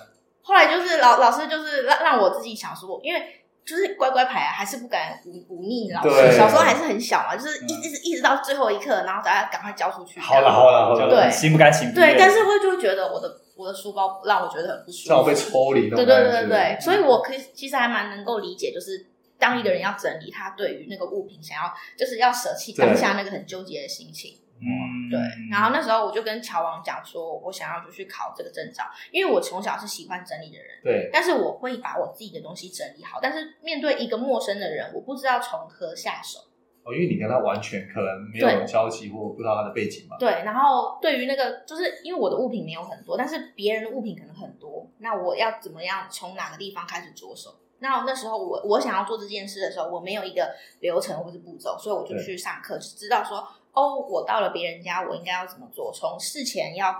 Speaker 3: 后来就是老老师就是让让我自己想说，因为就是乖乖牌啊，还是不敢忤忤逆老
Speaker 2: 对
Speaker 3: 师。小时候还是很小嘛，就是一
Speaker 1: 嗯
Speaker 3: 一直一直到最后一刻，然后大家赶快交出去。
Speaker 2: 好了好了 好了，
Speaker 3: 对
Speaker 1: 心不甘情不愿。
Speaker 3: 对，但是会就会觉得我的我的书包让我觉得很不舒
Speaker 2: 让我
Speaker 3: 服。
Speaker 2: 被抽离那种
Speaker 3: 对对
Speaker 2: 感觉，
Speaker 3: 对对对，嗯所以我可以其实还蛮能够理解，就是当一个人要整理他对于那个物品想要就是要舍弃当下那个很纠结的心情。
Speaker 1: 嗯，
Speaker 3: 对，然后那时候我就跟乔王讲说，我想要就去考这个证照，因为我从小是喜欢整理的人。
Speaker 2: 对，
Speaker 3: 但是我会把我自己的东西整理好。但是面对一个陌生的人，我不知道从何下手。
Speaker 2: 哦，因为你跟他完全可能没有
Speaker 3: 对
Speaker 2: 交集或不知道他的背景嘛，
Speaker 3: 对，然后对于那个，就是因为我的物品没有很多，但是别人的物品可能很多，那我要怎么样从哪个地方开始着手？那那时候我我想要做这件事的时候，我没有一个流程或是步骤，所以我就
Speaker 2: 对
Speaker 3: 去上课，就知道说哦，我到了别人家，我应该要怎么做？从事前要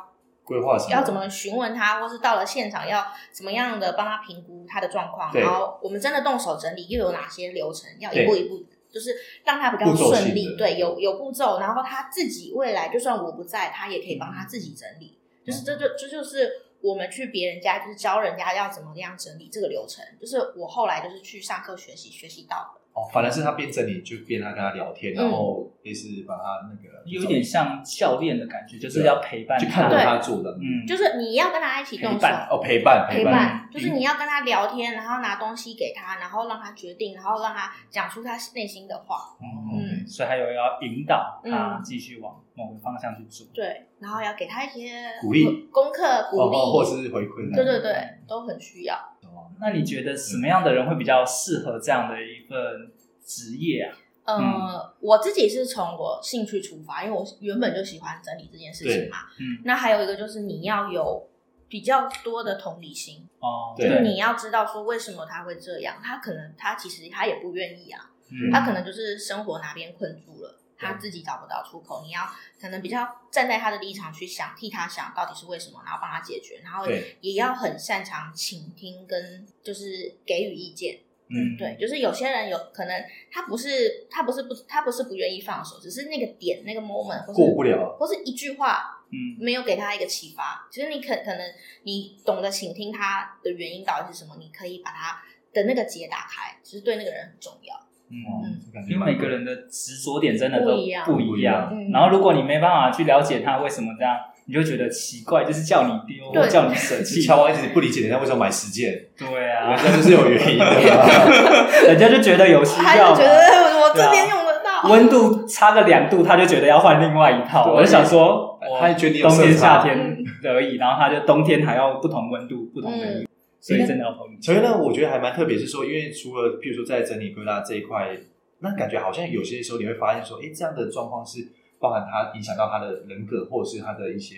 Speaker 2: 规划什么
Speaker 3: 要怎么询问他，或是到了现场要怎么样的帮他评估他的状况，
Speaker 2: 对
Speaker 3: 然后我们真的动手整理，又有哪些流程要
Speaker 2: 对
Speaker 3: 一步一步，就是让他比较
Speaker 2: 步骤
Speaker 3: 顺
Speaker 2: 性
Speaker 3: 利
Speaker 2: 的，
Speaker 3: 对，有有步骤，然后他自己未来就算我不在，他也可以
Speaker 2: 嗯
Speaker 3: 帮他自己整理，就是这就这就是。我们去别人家，就是教人家要怎么样整理这个流程。就是我后来就是去上课学习，学习到的。
Speaker 2: 哦，反而是他边整理就边他跟他聊天，
Speaker 3: 嗯
Speaker 2: 然后也是把他那个
Speaker 1: 有点像教练的感觉，就是要陪伴
Speaker 2: 去看着
Speaker 3: 对
Speaker 2: 他做的，
Speaker 1: 嗯，
Speaker 3: 就是你要跟他一起动
Speaker 1: 陪
Speaker 3: 手，
Speaker 1: 伴
Speaker 2: 哦，陪伴
Speaker 3: 陪
Speaker 2: 伴
Speaker 3: 伴，，就是你要跟他聊天，然后拿东西给他，然后让他决定，然后让他讲出他内心的话，
Speaker 2: 嗯，
Speaker 1: 哦所以还有要引导他
Speaker 3: 嗯
Speaker 1: 继续往某个方向去做。
Speaker 3: 对，然后要给他一些呃
Speaker 2: 鼓励
Speaker 3: 功课鼓
Speaker 2: 哦，
Speaker 3: 励，
Speaker 2: 或是回馈，
Speaker 3: 对对对，都很需要。
Speaker 2: 哦，
Speaker 1: 那你觉得什么样的人会比较适合这样的一份职业啊？
Speaker 3: 呃，
Speaker 2: 嗯
Speaker 3: 我自己是从我兴趣出发，因为我原本就喜欢整理这件事情嘛。
Speaker 1: 嗯，
Speaker 3: 那还有一个就是你要有比较多的同理心，
Speaker 1: 哦，
Speaker 2: 对
Speaker 3: 就你要知道说为什么他会这样，他可能他其实他也不愿意啊，
Speaker 1: 嗯
Speaker 3: 他可能就是生活哪边困住了，他自己找不到出口。你要可能比较站在他的立场去想，替他想到底是为什么，然后帮他解决，然后
Speaker 2: 对
Speaker 3: 也要很擅长倾听跟就是给予意见。
Speaker 1: 嗯，
Speaker 3: 对，就是有些人有可能他不是他不是不他不是不愿意放手，只是那个点那个 moment 或
Speaker 2: 过
Speaker 3: 是
Speaker 2: 不了，哦
Speaker 3: 或是一句话
Speaker 1: 嗯，
Speaker 3: 没有给他一个启发，就是你可可能你懂得倾听他的原因到底是什么，你可以把他的那个结打开，其、实对那个人很重要。
Speaker 1: 嗯，
Speaker 3: 嗯
Speaker 2: 感觉
Speaker 1: 因为
Speaker 2: 蛮
Speaker 1: 每个人的执着点真的都
Speaker 3: 不一样
Speaker 1: 不一样
Speaker 3: 不一。样
Speaker 1: 嗯然后如果你没办法去了解他为什么这样，你就觉得奇怪，就是叫你丢，
Speaker 3: 对
Speaker 1: 叫你舍
Speaker 2: 其
Speaker 1: 弃
Speaker 2: 实。乔王一直不理解人家为什么买十 件，
Speaker 1: 对
Speaker 2: 人
Speaker 1: 啊，
Speaker 2: 家就是有原因的。
Speaker 1: 人家就觉得有需
Speaker 3: 他
Speaker 1: 要
Speaker 3: 就觉
Speaker 1: 嘛。
Speaker 3: 得我
Speaker 1: 对啊
Speaker 3: 这边用得到。
Speaker 1: 温度差个两度，他就觉得要换另外一套。
Speaker 2: 对
Speaker 1: 我就想说，我
Speaker 2: 哦他也觉得你有
Speaker 1: 冬天、
Speaker 2: 色差
Speaker 1: 夏天而已，然后他就冬天还要不同温度、
Speaker 3: 嗯
Speaker 1: 不同的衣服，所以真的要投入。
Speaker 2: 所以呢，我觉得还蛮特别，是说，因为除了譬如说在整理归纳这一块，那感觉好像有些时候你会发现说，哎，这样的状况是包含他影响到他的人格，或者是他的一些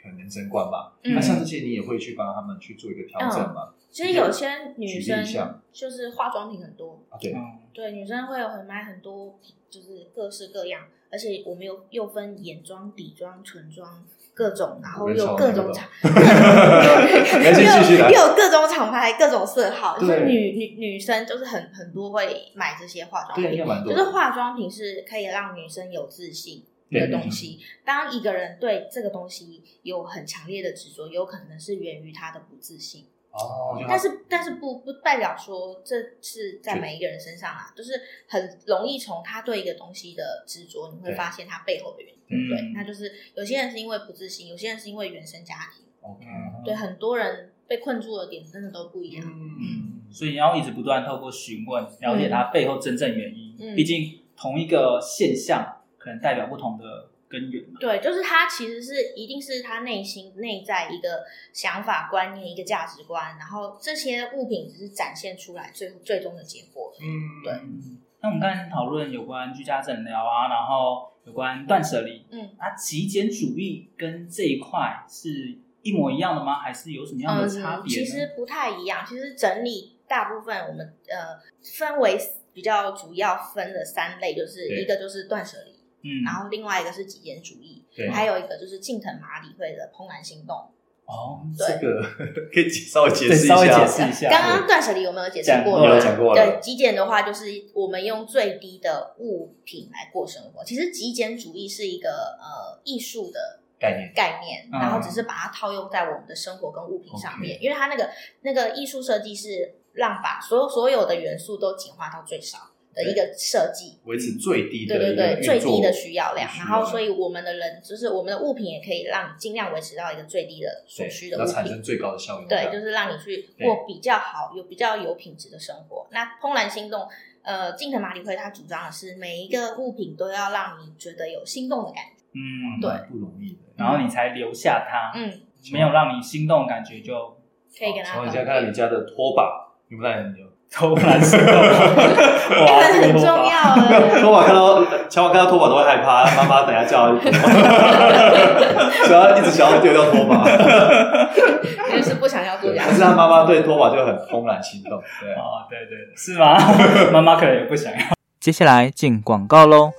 Speaker 2: 可能人生观吧。
Speaker 3: 嗯
Speaker 2: 那像这些，你也会去帮他们去做一个调整嘛？
Speaker 3: 其实有些女
Speaker 2: 举例
Speaker 3: 生
Speaker 2: 一下
Speaker 3: 就是化妆品很多，
Speaker 2: 啊， 对，
Speaker 1: 嗯
Speaker 3: 对，女生会有很买很多，就是各式各样，而且我们又又分眼妆、底妆、唇妆各种，然后
Speaker 2: 我
Speaker 3: 又
Speaker 2: 们少
Speaker 3: 有
Speaker 2: 了
Speaker 3: 各
Speaker 2: 那
Speaker 3: 种
Speaker 2: 种
Speaker 3: 厂，
Speaker 2: 没事继续来
Speaker 3: 又又有各种厂牌、各种色号，就是
Speaker 2: 对
Speaker 3: 女女女生就是很很多会买这些化妆
Speaker 2: 对，应
Speaker 3: 品
Speaker 2: 该。蛮
Speaker 3: 就
Speaker 2: 多
Speaker 3: 是
Speaker 2: 的。
Speaker 3: 化妆品是可以让女生有自信
Speaker 2: 对
Speaker 3: 的东西。当一个人对这个东西有很强烈的执着，有可能是源于他的不自信。
Speaker 2: 哦，就它
Speaker 3: 但是但是不不代表说这是在每一个人身上啊，就是很容易从他对一个东西的执着，你会
Speaker 2: 对
Speaker 3: 发现他背后的原因。
Speaker 1: 嗯
Speaker 3: 对，那就是有些人是因为不自信，有些人是因为原生家庭。
Speaker 2: OK，
Speaker 3: 对，很多人被困住的点真的都不一样。
Speaker 2: 嗯，
Speaker 1: 所以你要一直不断透过询问了解它背后真正原因。
Speaker 3: 嗯
Speaker 1: 毕竟同一个现象可能代表不同的根源嘛。
Speaker 3: 对，就是他其实是一定是他内心内在一个想法、观念、一个价值观，然后这些物品只是展现出来最最终的结果。
Speaker 2: 嗯，
Speaker 3: 对
Speaker 1: 嗯，那我们刚才讨论有关居家诊疗啊，然后有关断舍离，
Speaker 3: 嗯，
Speaker 1: 那极简主义跟这一块是一模一样的吗？还是有什么样的差
Speaker 3: 嗯，
Speaker 1: 别
Speaker 3: 其
Speaker 1: 呢？
Speaker 3: 实不太一样。其实整理大部分我们呃分为比较主要分的三类，就是
Speaker 2: 对
Speaker 3: 一个就是断舍离，
Speaker 1: 嗯，
Speaker 3: 然后另外一个是极简主义，
Speaker 2: 对
Speaker 3: 还有一个就是近藤麻里惠的《怦然心动》。
Speaker 1: 哦，
Speaker 2: 这个可以稍微解
Speaker 1: 对
Speaker 2: 释一
Speaker 1: 稍微
Speaker 2: 下，
Speaker 1: 解释一下
Speaker 3: 刚刚断舍离有没有解释
Speaker 1: 讲
Speaker 3: 过
Speaker 1: 过
Speaker 3: 了？
Speaker 1: 了
Speaker 2: 讲过了
Speaker 3: 对，极简的话就是我们用最低的物品来过生活。其实极简主义是一个呃艺术的
Speaker 2: 概念
Speaker 3: 概念，
Speaker 1: 嗯
Speaker 3: 然后只是把它套用在我们的生活跟物品上面，因为它那个那个艺术设计是让把所有所有的元素都简化到最少的一个设计。
Speaker 2: 维持最低的
Speaker 3: 对对
Speaker 2: 一个
Speaker 3: 对，最
Speaker 2: 运作
Speaker 3: 低的需要量，
Speaker 2: 需
Speaker 3: 然
Speaker 2: 要
Speaker 3: 后所以我们的人就是我们的物品也可以让你尽量维持到一个最低的所
Speaker 2: 对
Speaker 3: 需的物
Speaker 2: 要
Speaker 3: 品，
Speaker 2: 产生最高的效用，
Speaker 3: 对，就是让你去过比较好、有比较有品质的生活。那怦然心动，呃，近藤麻里惠她主张的是每一个物品都要让你觉得有心动的感觉。
Speaker 1: 嗯，
Speaker 3: 对
Speaker 2: 不容易的。
Speaker 1: 然后你才留下它，
Speaker 3: 嗯，
Speaker 1: 没有让你心动的感觉就
Speaker 3: 可以跟她
Speaker 2: 然后你
Speaker 3: 分
Speaker 2: 现在
Speaker 3: 享。
Speaker 2: 看到你家的拖把，你不然你就
Speaker 1: 偷 懒行动，哇，
Speaker 3: 这很重要了。
Speaker 2: 拖把看到，乔瓦看到拖把都会害怕，妈妈等下叫他去拖把，想要一直想要丢掉拖把，
Speaker 3: 就是不想要做
Speaker 2: 对，
Speaker 3: 家
Speaker 2: 可
Speaker 3: 事
Speaker 2: 是。他妈妈对拖把就很怦然心动，对。
Speaker 1: 哦，对对对，是吗？ 妈妈可能也不 想要。
Speaker 4: 接下来进广告喽。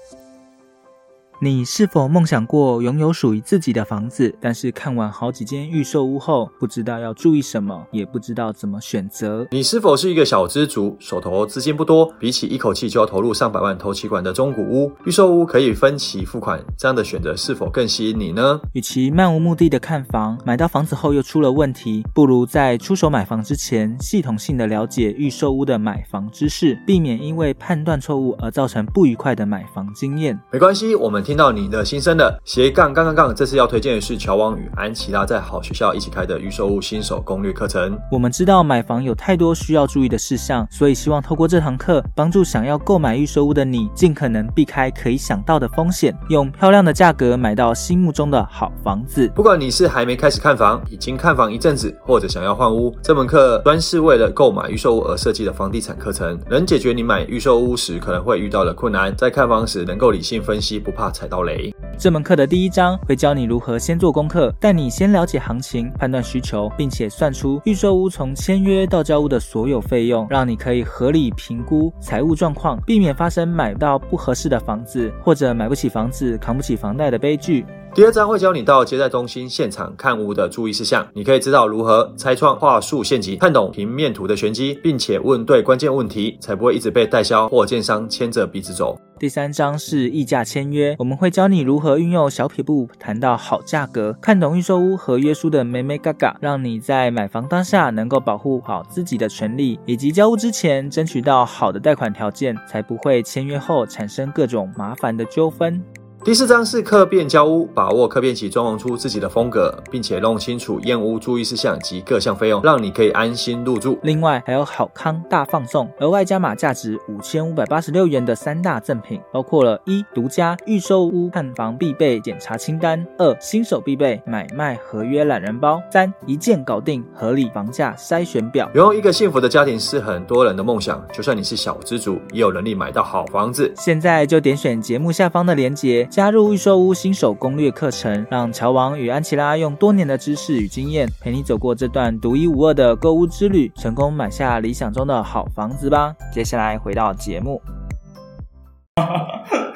Speaker 4: 你是否梦想过拥有属于自己的房子？但是看完好几间预售屋后，不知道要注意什么，也不知道怎么选择。
Speaker 5: 你是否是一个小资族，手头资金不多，比起一口气就要投入上百万投期款的中古屋、预售屋，可以分期付款，这样的选择是否更吸引你呢？
Speaker 4: 与其漫无目的的看房，买到房子后又出了问题，不如在出手买房之前，系统性的了解预售屋的买房知识，避免因为判断错误而造成不愉快的买房经验。
Speaker 5: 没关系，我们听到你的心声了。斜杠杠杠杠，这次要推荐的是乔王与安琪拉在好学校一起开的预售屋新手攻略课程。
Speaker 4: 我们知道买房有太多需要注意的事项，所以希望透过这堂课，帮助想要购买预售屋的你，尽可能避开可以想到的风险，用漂亮的价格买到心目中的好房子。
Speaker 5: 不管你是还没开始看房，已经看房一阵子，或者想要换屋，这门课专是为了购买预售屋而设计的房地产课程，能解决你买预售屋时可能会遇到的困难，在看房时能够理性分析，不怕踩到雷。
Speaker 4: 这门课的第一章会教你如何先做功课，带你先了解行情、判断需求，并且算出预售屋从签约到交屋的所有费用，让你可以合理评估财务状况，避免发生买到不合适的房子或者买不起房子、扛不起房贷的悲剧。
Speaker 5: 第二章会教你到接待中心现场看屋的注意事项，你可以知道如何拆穿话术陷阱，看懂平面图的玄机，并且问对关键问题，才不会一直被代销或建商牵着鼻子走。
Speaker 4: 第三章是议价签约，我们会教你如何运用小撇步谈到好价格，看懂预售屋合约书的美美嘎嘎，让你在买房当下能够保护好自己的权利，以及交屋之前争取到好的贷款条件，才不会签约后产生各种麻烦的纠纷。
Speaker 5: 第四章是客变交屋，把握客变期，装潢出自己的风格，并且弄清楚验屋注意事项及各项费用，让你可以安心入住。
Speaker 4: 另外还有好康大放送，额外加码价值五千五百八十六元的三大赠品，包括了一独家预售屋看房必备检查清单，二新手必备买卖合约懒人包，三一键搞定合理房价筛选表。
Speaker 5: 拥有一个幸福的家庭是很多人的梦想，就算你是小资族，也有能力买到好房子。
Speaker 4: 现在就点选节目下方的链接，加入预售屋新手攻略课程，让乔王与安琪拉用多年的知识与经验，陪你走过这段独一无二的购物之旅，成功买下理想中的好房子吧。接下来回到节目。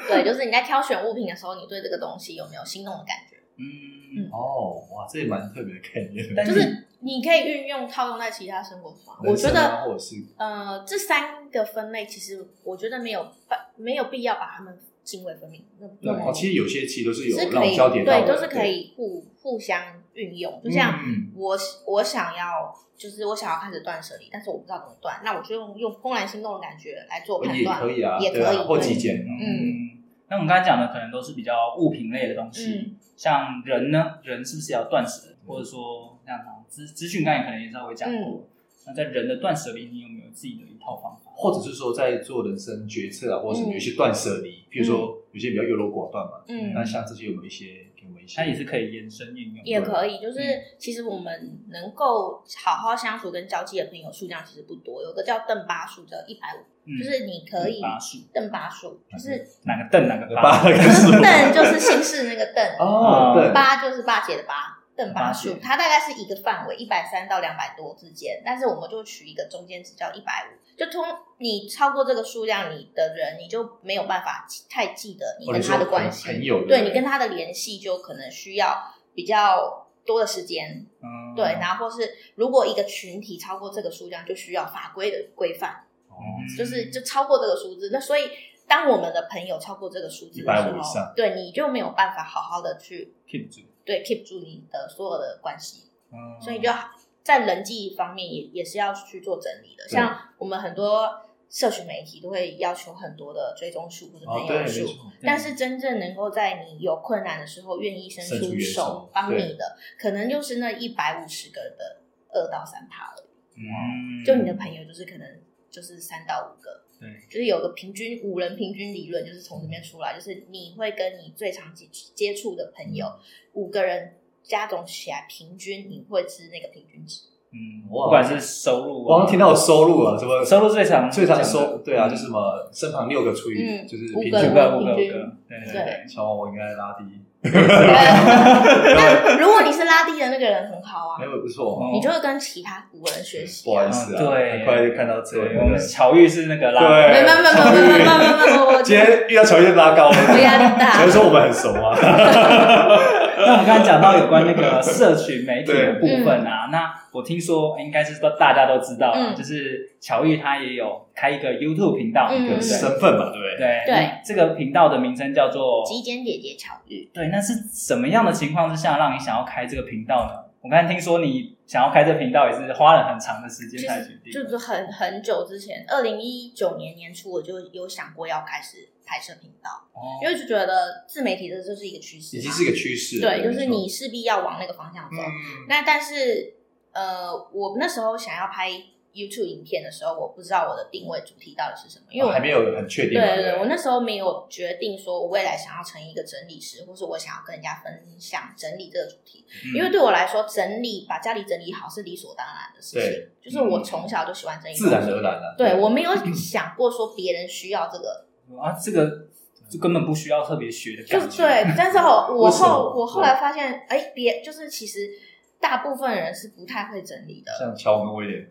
Speaker 3: 对，就是你在挑选物品的时候，你对这个东西有没有心动的感觉？
Speaker 1: 嗯，
Speaker 2: 哦，哇，这也蛮特别的概念。
Speaker 1: 但
Speaker 3: 就是你可以运用套用在其他生活上。我
Speaker 2: 人
Speaker 3: 觉
Speaker 2: 生
Speaker 3: 得
Speaker 2: 啊或者是
Speaker 3: 呃，这三个分类其实我觉得没有办没有必要把它们泾为分明。那
Speaker 2: 对，
Speaker 3: 那么
Speaker 2: 哦，其实有些其实都是有
Speaker 3: 是
Speaker 2: 让
Speaker 3: 可
Speaker 2: 我
Speaker 3: 以
Speaker 2: 焦点到
Speaker 3: 对，
Speaker 2: 的
Speaker 3: 都是可，以互互相运用。就像
Speaker 2: 嗯
Speaker 3: 我我想要就是我想要开始断舍离，但是我不知道怎么断，那我就用用怦然心动的感觉来做判
Speaker 2: 也
Speaker 3: 断，
Speaker 2: 可以啊，
Speaker 3: 也可
Speaker 2: 对啊
Speaker 3: 以
Speaker 2: 或
Speaker 3: 对
Speaker 2: 极简，
Speaker 1: 嗯，那我们刚才讲的可能都是比较物品类的东西，
Speaker 3: 嗯
Speaker 1: 像人呢，人是不是也要断舍离，或者说像资资讯，刚才可能也稍微讲
Speaker 3: 嗯
Speaker 1: 过。那在人的断舍离，你有没有自己的一套方法？
Speaker 2: 或者是说在做人生决策啊，或者是
Speaker 3: 嗯
Speaker 2: 有一些断舍离，譬如说有些比较优柔寡断嘛，
Speaker 3: 嗯
Speaker 2: 那像这些有没有一些给我们一些？
Speaker 1: 它也是可以延伸应用的，
Speaker 3: 也可以，就是
Speaker 2: 嗯
Speaker 3: 其实我们能够好好相处跟交际的朋友数量其实不多，有个叫邓巴数的一百五，
Speaker 1: 嗯
Speaker 3: 就是你可以
Speaker 1: 八数，
Speaker 3: 邓巴数，就是
Speaker 1: 哪个邓哪个
Speaker 2: 八
Speaker 1: 八，
Speaker 2: 个数
Speaker 3: 邓就是姓氏那个邓，
Speaker 2: 哦，对，
Speaker 3: 八就是八姐的八，邓八
Speaker 1: 八
Speaker 3: 数
Speaker 1: 姐，
Speaker 3: 它大概是一个范围，一百三到两百多之间，但是我们就取一个中间值叫一百五，就通你超过这个数量，你的人你就没有办法记太记得你
Speaker 2: 哦
Speaker 3: 跟
Speaker 2: 说
Speaker 3: 他的关系，
Speaker 2: 朋朋友
Speaker 3: 对你跟
Speaker 2: 他
Speaker 3: 他的联系就可能需要比较多的时间，
Speaker 1: 嗯，
Speaker 3: 对，然后或是如果一个群体超过这个数量，就需要法规的规范，
Speaker 1: 嗯
Speaker 3: 就是就超过这个数字，那所以。当我们的朋友超过这个数字的时
Speaker 2: 150以
Speaker 3: 候
Speaker 2: 上，
Speaker 3: 对你就没有办法好好的去
Speaker 1: keep 住，
Speaker 3: 对 keep 住你的所有的关系，
Speaker 1: 嗯
Speaker 3: 所以就在人际方面也也是要去做整理的。
Speaker 2: 对
Speaker 3: 像我们很多社群媒体都会要求很多的追踪数或者
Speaker 2: 哦
Speaker 3: 朋
Speaker 2: 对，
Speaker 3: 友
Speaker 2: 没
Speaker 3: 数，
Speaker 2: 错，
Speaker 3: 但是真正能够在你有困难的时候愿意伸
Speaker 2: 伸出
Speaker 3: 出
Speaker 2: 援手
Speaker 3: 手帮
Speaker 2: 对
Speaker 3: 你的，可能就是那一百五十个的二到三趴而已。
Speaker 1: 嗯
Speaker 3: 就你的朋友就是可能就是三到五个，
Speaker 1: 对，
Speaker 3: 就是有个平均五人平均理论，就是从这边出来，就是你会跟你最常接接触的朋友五个人加总起来，平均你会是那个平均值。
Speaker 1: 嗯，
Speaker 2: 哇
Speaker 1: 不管是收入啊，
Speaker 2: 我刚听到有收入啊，什么
Speaker 1: 收入最常
Speaker 2: 最常
Speaker 1: 讲
Speaker 2: 收
Speaker 1: 的嗯
Speaker 2: 对啊，就是什么身旁六个除以
Speaker 3: 嗯
Speaker 2: 就是
Speaker 3: 五
Speaker 2: 平
Speaker 3: 个
Speaker 1: 五
Speaker 2: 均
Speaker 1: 个
Speaker 3: 人
Speaker 1: 五
Speaker 2: 啊
Speaker 1: 个
Speaker 3: 平
Speaker 1: 五
Speaker 3: 均
Speaker 1: 个，对
Speaker 3: 对
Speaker 2: 小王我应该拉低，
Speaker 3: 那如果你是拉低的那个人，很好啊
Speaker 2: 哎，，我不错哦，
Speaker 3: 你就会跟其他古人学习
Speaker 2: 不好
Speaker 3: 啊。
Speaker 2: 意思啊，
Speaker 1: 对
Speaker 2: 很快就看到这
Speaker 1: 对，
Speaker 2: 个
Speaker 1: 我们巧遇是那个
Speaker 2: 对
Speaker 3: 没
Speaker 1: 拉，
Speaker 3: 有没有没有没有没有没有没有没有，我
Speaker 2: 今天遇到乔就拉高了，
Speaker 3: 我压力大
Speaker 2: 乔说我们很熟啊，
Speaker 1: 那我们刚才讲到有关那个社群媒体的部分啊，那我听说应该是都大家都知道啊，
Speaker 3: 嗯
Speaker 1: 就是巧遇他也有开一个 YouTube 频道，
Speaker 3: 嗯
Speaker 1: 对不对？
Speaker 2: 身份嘛，对不对？
Speaker 1: 对
Speaker 3: 对，
Speaker 1: 这个频道的名称叫做
Speaker 3: 极简姐姐巧遇，
Speaker 1: 对，那是什么样的情况之下让你想要开这个频道呢？我刚才听说你想要开这个频道也是花了很长的时
Speaker 3: 就
Speaker 1: 间才决
Speaker 3: 是
Speaker 1: 定，
Speaker 3: 就是很很久之前，二零一九年年初我就有想过要开始拍摄频道，
Speaker 1: 哦
Speaker 3: 因为就觉得自媒体这就是一个趋势嘛，啊
Speaker 2: 已经是一个趋势了，
Speaker 3: 对，就
Speaker 2: 没
Speaker 3: 是
Speaker 2: 错
Speaker 3: 你势必要往那个方向走。
Speaker 2: 嗯，
Speaker 3: 那但是呃，我那时候想要拍 YouTube 影片的时候，我不知道我的定位主题到底是什么，因为
Speaker 2: 哦
Speaker 3: 我、
Speaker 2: 还没有很确定
Speaker 3: 对
Speaker 2: 嘛，
Speaker 3: 对
Speaker 2: 不
Speaker 3: 对，我那时候没有决定说我未来想要成一个整理师，或是我想要跟人家分享整理这个主题，
Speaker 2: 嗯
Speaker 3: 因为对我来说，整理把家里整理好是理所当然的事情
Speaker 2: 对，嗯
Speaker 3: 就是我从小就喜欢整理，
Speaker 2: 自然而。然啊嗯了，
Speaker 3: 对我没有想过说别人需要这个，
Speaker 1: 啊，这个就根本不需要特别学的感
Speaker 3: 就是
Speaker 1: 觉，
Speaker 3: 对，但是后我
Speaker 2: 为什么嗯
Speaker 3: 后我后来发现，哎，别就是其实大部分人是不太会整 理的，
Speaker 2: 像乔跟威廉，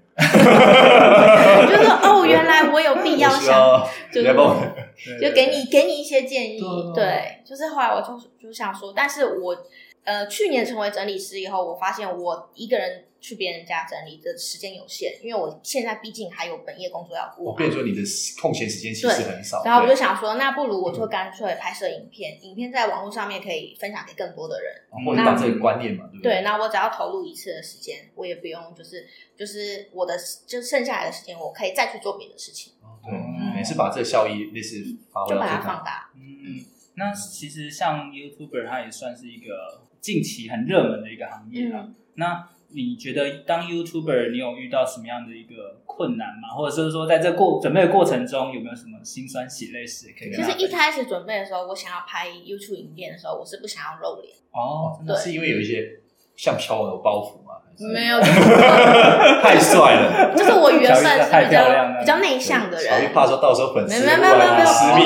Speaker 3: 我就说哦，原来我有必要
Speaker 2: 我需
Speaker 3: 想，
Speaker 2: 要
Speaker 3: 就
Speaker 2: 你要帮我
Speaker 1: 对
Speaker 3: 就给你给你一些建议
Speaker 2: 对啊，
Speaker 3: 对，就是后来我就就想说，但是我呃去年成为整理师以后，我发现我一个人去别人家整理的时间有限，因为我现在毕竟还有本业工作要顾
Speaker 2: 我
Speaker 3: 嘛
Speaker 2: 跟。你说，你的空闲时间其实
Speaker 3: 对
Speaker 2: 很少，
Speaker 3: 然后我就
Speaker 2: 对嗯
Speaker 3: 想说，那不如我就干脆拍摄影片，影片在网络上面可以分享给更多的人。
Speaker 2: 哦或者把这个观念嘛，对不
Speaker 3: 嗯对，？那我只要投入一次的时间，我也不用就是就是我的就剩下来的时间，我可以再去做别的事情，
Speaker 2: 对，也是把这个效益类似发挥
Speaker 3: 就
Speaker 2: 到
Speaker 3: 把
Speaker 2: 最
Speaker 3: 它
Speaker 2: 大
Speaker 3: 放。大。
Speaker 1: 嗯，那其实像 YouTuber，它也算是一个近期很热门的一个行业
Speaker 2: 嗯
Speaker 1: 啦。
Speaker 3: 嗯
Speaker 1: 那你觉得当 YouTuber，你有遇到什么样的一个困难吗？或者是说，在这过准备的过程中，有没有什么辛酸血泪史可以跟
Speaker 3: 就
Speaker 1: 大
Speaker 3: 是
Speaker 1: 家
Speaker 3: 一
Speaker 1: 分享？
Speaker 3: 开始准备的时候，我想要拍 YouTube 影片的时候，我是不想要露脸，
Speaker 1: 哦，真的
Speaker 3: 对
Speaker 2: 是因为有一些像飘的包袱嘛，还是
Speaker 3: 没有，就是
Speaker 2: 太帅了，
Speaker 3: 就是我原本
Speaker 1: 小鱼
Speaker 3: 是
Speaker 1: 真的太
Speaker 3: 比
Speaker 1: 漂亮
Speaker 3: 较
Speaker 1: 了
Speaker 3: 比较内向的
Speaker 2: 乔一
Speaker 3: 人，
Speaker 2: 怕说到时候粉丝
Speaker 3: 没没没没没
Speaker 2: 私密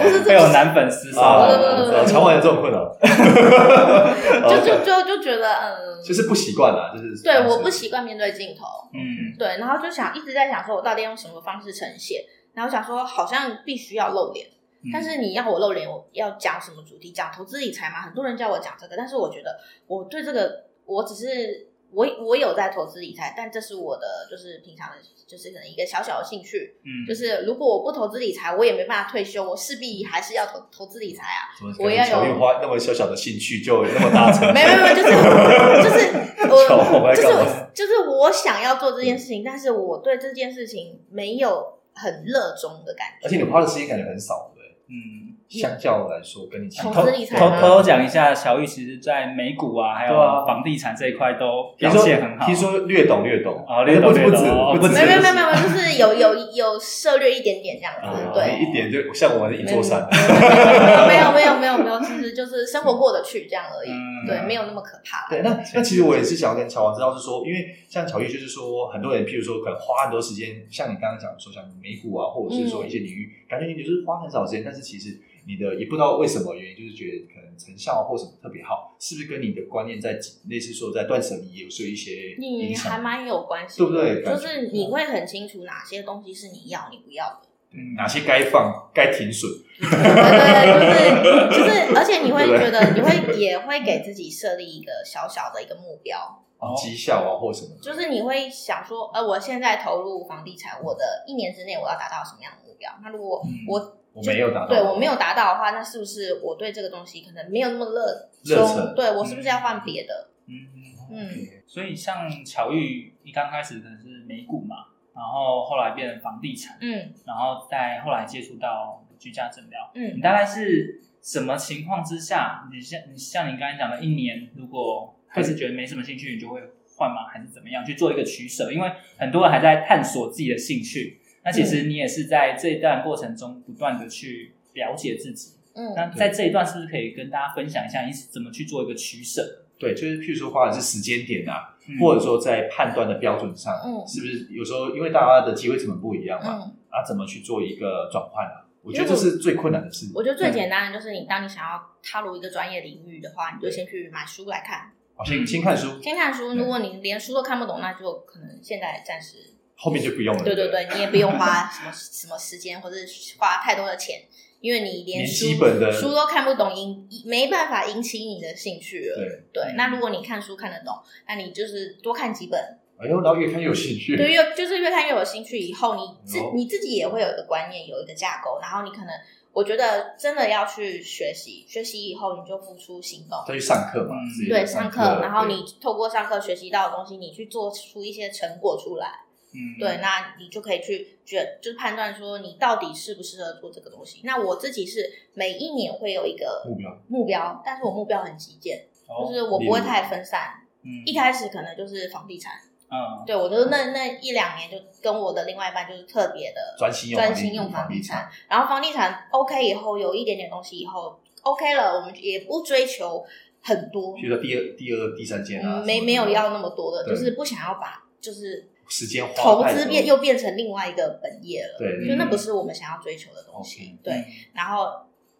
Speaker 3: 不是
Speaker 1: 会有男粉丝 骚
Speaker 3: 不
Speaker 1: 扰
Speaker 3: 不不不
Speaker 1: 吗
Speaker 3: 不
Speaker 2: 啊，常会有这种困扰，
Speaker 3: 就
Speaker 2: 哦
Speaker 3: 就就就觉得嗯，
Speaker 2: 就是不习惯啦，就是
Speaker 3: 对，我不习惯面对镜头，
Speaker 1: 嗯，
Speaker 3: 对，然后就想一直在想说，我到底用什么方式呈现，然后想说好像必须要露脸，
Speaker 1: 嗯
Speaker 3: 但是你要我露脸，我要讲什么主题？讲投资理财嘛，很多人叫我讲这个，但是我觉得我对这个，我只是我我有在投资理财，但这是我的就是平常的，就是可能一个小小的兴趣。
Speaker 1: 嗯，
Speaker 3: 就是如果我不投资理财，我也没办法退休，我势必还是要投投资理财啊。
Speaker 2: 怎么
Speaker 3: 我要有
Speaker 2: 乔玉花那么小小的兴趣就有那么大成 就？
Speaker 3: 没有没有没有，就是就是我
Speaker 2: 乔红在
Speaker 3: 就
Speaker 2: 干嘛
Speaker 3: 是就是我想要做这件事情，但是我对这件事情没有很热衷的感 觉。
Speaker 2: 而且你花的时间感觉很少，对不对，
Speaker 1: 嗯，
Speaker 2: 相较来说跟你
Speaker 3: 投
Speaker 1: 偷
Speaker 3: 资理财
Speaker 1: 偷
Speaker 3: 吗
Speaker 1: 偷偷讲一下，小玉其实在美股啊，还有
Speaker 2: 对啊
Speaker 1: 房地产这一块都
Speaker 2: 听
Speaker 1: 表
Speaker 2: 说
Speaker 1: 现很好。
Speaker 2: 听说略懂略懂
Speaker 1: 啊略懂
Speaker 2: 不止
Speaker 1: 略懂
Speaker 2: 不止不止，
Speaker 3: 没有没有没有没有，就是有有有涉略一点点这样子
Speaker 2: 啊，
Speaker 3: 对。
Speaker 2: 一点就像我们一座山，
Speaker 3: 没有没有没有没有没有，其实就是生活过得去这样而已，
Speaker 1: 嗯
Speaker 3: 对，没有那么可怕。
Speaker 2: 对，那那其实我也是想要跟乔王知道，是说，因为像巧玉，就是说，很多人，譬如说，可能花很多时间，像你刚刚讲说，像美股啊，或者是
Speaker 3: 嗯
Speaker 2: 说一些领域，感觉你就是花很少时间，但是其实你的也不知道为什么原因，就是觉得可能成效或什么特别好，是不是跟你的观念在类似说在断舍离也是有一些影
Speaker 3: 你嗯还
Speaker 2: 响？
Speaker 3: 蛮有关系
Speaker 2: 对
Speaker 3: 的，
Speaker 2: 不对
Speaker 3: 就
Speaker 2: 感觉嗯
Speaker 3: 是你会很清楚哪些东西是你要，你不要的。
Speaker 1: 嗯
Speaker 2: 哪些该放，该停损？
Speaker 3: 对对对，就是就是，而且你会
Speaker 2: 对不对
Speaker 3: 觉得你会也会给自己设立一个小小的一个目标，
Speaker 2: 哦，绩效啊，或什么的？
Speaker 3: 就是你会想说，呃，我现在投入房地产，我的一年之内我要达到什么样的目标？那如果
Speaker 1: 嗯
Speaker 3: 我
Speaker 2: 我没有达到，
Speaker 3: 对我没有达到的话，那是不是我对这个东西可能没有那么热
Speaker 2: 热
Speaker 3: 衷
Speaker 2: 忱
Speaker 3: 对我是不是要换别的？
Speaker 1: 嗯，
Speaker 3: 嗯，
Speaker 1: 所以像巧玉，一刚开始可能是美股嘛，然后后来变成房地产，
Speaker 3: 嗯
Speaker 1: 然后再后来接触到居家诊疗。你
Speaker 3: 嗯，
Speaker 1: 大概是什么情况之下？你像你像你刚才讲的，一年如果开始觉得没什么兴趣，你就会换吗？还是怎么样去做一个取舍？因为很多人还在探索自己的兴趣，那其实你也是在这一段过程中不断的去了解自己。那
Speaker 3: 嗯，
Speaker 1: 在这一段是不是可以跟大家分享一下，你是怎么去做一个取舍？
Speaker 2: 对，就是譬如说花的是时间点啊，
Speaker 1: 嗯
Speaker 2: 或者说在判断的标准上，
Speaker 3: 嗯
Speaker 2: 是不是有时候因为大家的机会成本不一样嘛，
Speaker 3: 嗯，
Speaker 2: 啊，怎么去做一个转换啊？我觉
Speaker 3: 因
Speaker 2: 得
Speaker 3: 为
Speaker 2: 这
Speaker 3: 我
Speaker 2: 是最困难的事。
Speaker 3: 我觉得最简单的就是你当你想要踏入一个专业领域的话，你就先去买书来看，
Speaker 2: 好，先先看书，
Speaker 3: 先看书。如果你连书都看不懂，那就可能现在暂时，
Speaker 2: 后面就不用了。
Speaker 3: 对对
Speaker 2: 不，
Speaker 3: 对，你也不用花什么什么时间或者是花太多的钱，因为你连
Speaker 2: 连
Speaker 3: 书
Speaker 2: 基本的
Speaker 3: 书都看不懂，引没办法引起你的兴趣了。
Speaker 2: 对。
Speaker 3: 对，那如果你看书看得懂，那你就是多看几本，
Speaker 2: 哎呦，然后越看越有兴趣。
Speaker 3: 对，越就是越看越有兴趣，以后你自
Speaker 2: 有
Speaker 3: 你自己也会有一个观念，有一个架构，然后你可能我觉得真的要去学习，学习以后你就付出行动，
Speaker 2: 再去上课嘛
Speaker 1: 嗯，
Speaker 2: 自己
Speaker 3: 对，
Speaker 2: 上
Speaker 3: 上课，然后你透过上课学习到的东西，你去做出一些成果出来，
Speaker 1: 嗯，
Speaker 3: 对，，那你就可以去决，就是判断说你到底适不适合做这个东西。那我自己是每一年会有一
Speaker 2: 对
Speaker 3: 个
Speaker 2: 目标
Speaker 3: 目标，但是我目标很极简，就
Speaker 1: 哦，
Speaker 3: 是我不会太分散，
Speaker 1: 嗯
Speaker 3: 一开始可能就是房地产。
Speaker 1: 嗯，
Speaker 3: 对，我就是那那一两年就跟我的另外一半就是特别的
Speaker 2: 专心用
Speaker 3: 专心用嗯房地产，，然后房地产 OK 以后有一点点东西以后 OK 了，我们也不追求很多
Speaker 2: 比，如说第二、第二、第三间啊，
Speaker 3: 嗯，没没有要那么多的，
Speaker 2: 对
Speaker 3: 就是不想要把就是
Speaker 2: 时间花
Speaker 3: 投
Speaker 2: 太
Speaker 3: 资
Speaker 2: 多
Speaker 3: 变又变成另外一个本业了，
Speaker 2: 对，
Speaker 3: 就那不
Speaker 2: 是
Speaker 3: 是我们想要追求的东西
Speaker 2: OK，
Speaker 3: 对，然后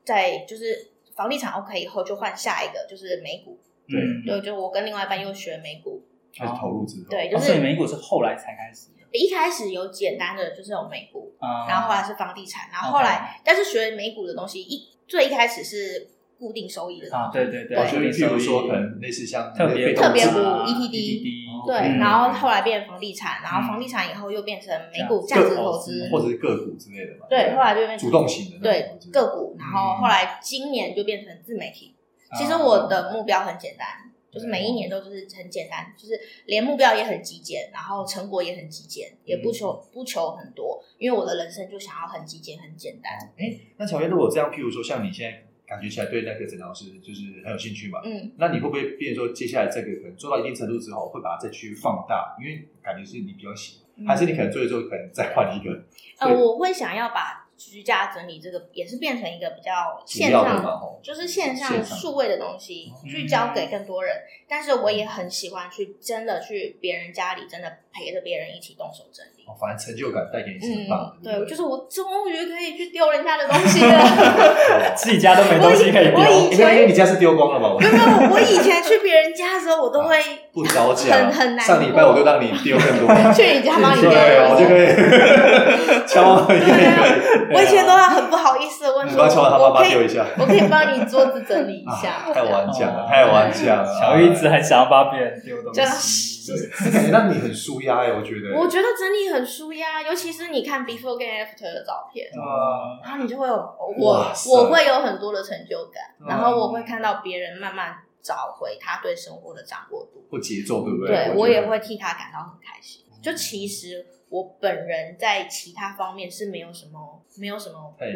Speaker 3: 再就是房地产 OK 以后就换下一个就是美股，
Speaker 2: 对
Speaker 1: 嗯
Speaker 3: 对，就我跟另外一半又学美股，
Speaker 2: 开始投入之后，
Speaker 3: 对，
Speaker 1: 哦
Speaker 3: 就
Speaker 1: 所以
Speaker 3: 是
Speaker 1: 美股是后来才开始的，
Speaker 3: 一开始有简单的就是有美股。
Speaker 1: 啊
Speaker 3: 然后后来是房地产，然后后来、但是学美股的东西一最一开始是固定收益的东西
Speaker 1: 啊，对对对，
Speaker 2: 哦，所以譬如
Speaker 1: 所
Speaker 2: 说
Speaker 1: 以
Speaker 2: 可能类似像
Speaker 1: 特别
Speaker 2: 被
Speaker 3: 特别
Speaker 2: 投资
Speaker 3: 股
Speaker 1: ，E
Speaker 2: 啊
Speaker 3: ETD 对，
Speaker 2: 嗯
Speaker 3: 然后后来变房地产，然
Speaker 1: 嗯
Speaker 3: 后房地产以后又变成美股价值投资，
Speaker 2: 嗯或者是个股之类的嘛。
Speaker 3: 对，后来就变成
Speaker 2: 主动型的那种
Speaker 3: 对
Speaker 2: 投资
Speaker 3: 个股，然
Speaker 2: 嗯
Speaker 3: 后后来今年就变成自媒体。
Speaker 2: 啊
Speaker 3: 其实我的目标很简单，就是每一年都就是很简单，就是连目标也很极简，然后成果也很极简，也不
Speaker 2: 嗯
Speaker 3: 求不求很多，因为我的人生就想要很极简很简单。
Speaker 2: 哎，那乔燕，如果这样，譬如说像你现在感觉起来对那个诊疗师就是很有兴趣嘛，
Speaker 3: 嗯，
Speaker 2: 那你会不会变成说接下来这个可能做到一定程度之后，会把它再去放大？因为感觉是你比较喜欢，
Speaker 3: 嗯
Speaker 2: 还是你可能做一做，可能再换一个
Speaker 3: 呃，
Speaker 2: 对
Speaker 3: 我会想要把居家整理这个也是变成一个比较
Speaker 2: 主
Speaker 3: 线
Speaker 2: 要的
Speaker 3: 上
Speaker 2: 嘛？吼，哦
Speaker 3: 就是线上
Speaker 2: 线上
Speaker 3: 数位的东西
Speaker 1: 嗯
Speaker 3: 去交给更多人，但是我也很喜欢去真的去别人家里，真的陪着别人一起动手整理。
Speaker 2: 哦反正成就感带给你是很棒的
Speaker 3: 嗯，，
Speaker 2: 对不
Speaker 3: 对，
Speaker 2: 对，
Speaker 3: 就是我终于可以去丢人家的东西了。
Speaker 1: 自己家都没东西可以
Speaker 3: 我
Speaker 1: 丢，
Speaker 3: 以
Speaker 2: 因为因哦为你家是丢光了嘛， 我
Speaker 3: 没有，没有我以前去别人家的时候，我都会
Speaker 2: 不着家，
Speaker 3: 很很难过
Speaker 2: 上礼拜我就让你丢更 多，
Speaker 3: 去你家帮你丢
Speaker 2: 啊对，我
Speaker 3: 东
Speaker 2: 就
Speaker 3: 西。
Speaker 2: 可 以敲门，也
Speaker 3: 对啊
Speaker 2: 可以，
Speaker 3: 我以前都要很不好意思的问
Speaker 2: 你
Speaker 3: 说，
Speaker 2: 帮嗯敲门，他
Speaker 3: 我
Speaker 2: 爸
Speaker 3: 我
Speaker 2: 爸
Speaker 3: 可
Speaker 2: 丢一
Speaker 3: 以，
Speaker 2: 下，
Speaker 3: 我可以帮你桌子整理一下
Speaker 2: 啊，
Speaker 3: 这
Speaker 2: 太
Speaker 3: 样
Speaker 2: 顽强了，
Speaker 1: 哦
Speaker 2: 太顽强了，
Speaker 1: 小玉子还想要帮别人丢东
Speaker 3: 这样
Speaker 1: 西，
Speaker 2: 对，这感觉让你很舒压哎，我觉得，
Speaker 3: 我觉得整理很舒压，尤其是你看 before 跟 after 的照片，
Speaker 1: 哇，
Speaker 3: 然后你就会有我
Speaker 2: 哇塞
Speaker 3: 我会有很多的成就感，
Speaker 1: 嗯
Speaker 3: 然后我会看到别人慢慢找回他对生活的掌握度，
Speaker 2: 或节奏，对不
Speaker 3: 对
Speaker 2: 对
Speaker 3: 我
Speaker 2: 觉得
Speaker 3: 也会替他感到很开心。就其实我本人在其他方面是没有什么没有什么，
Speaker 2: 太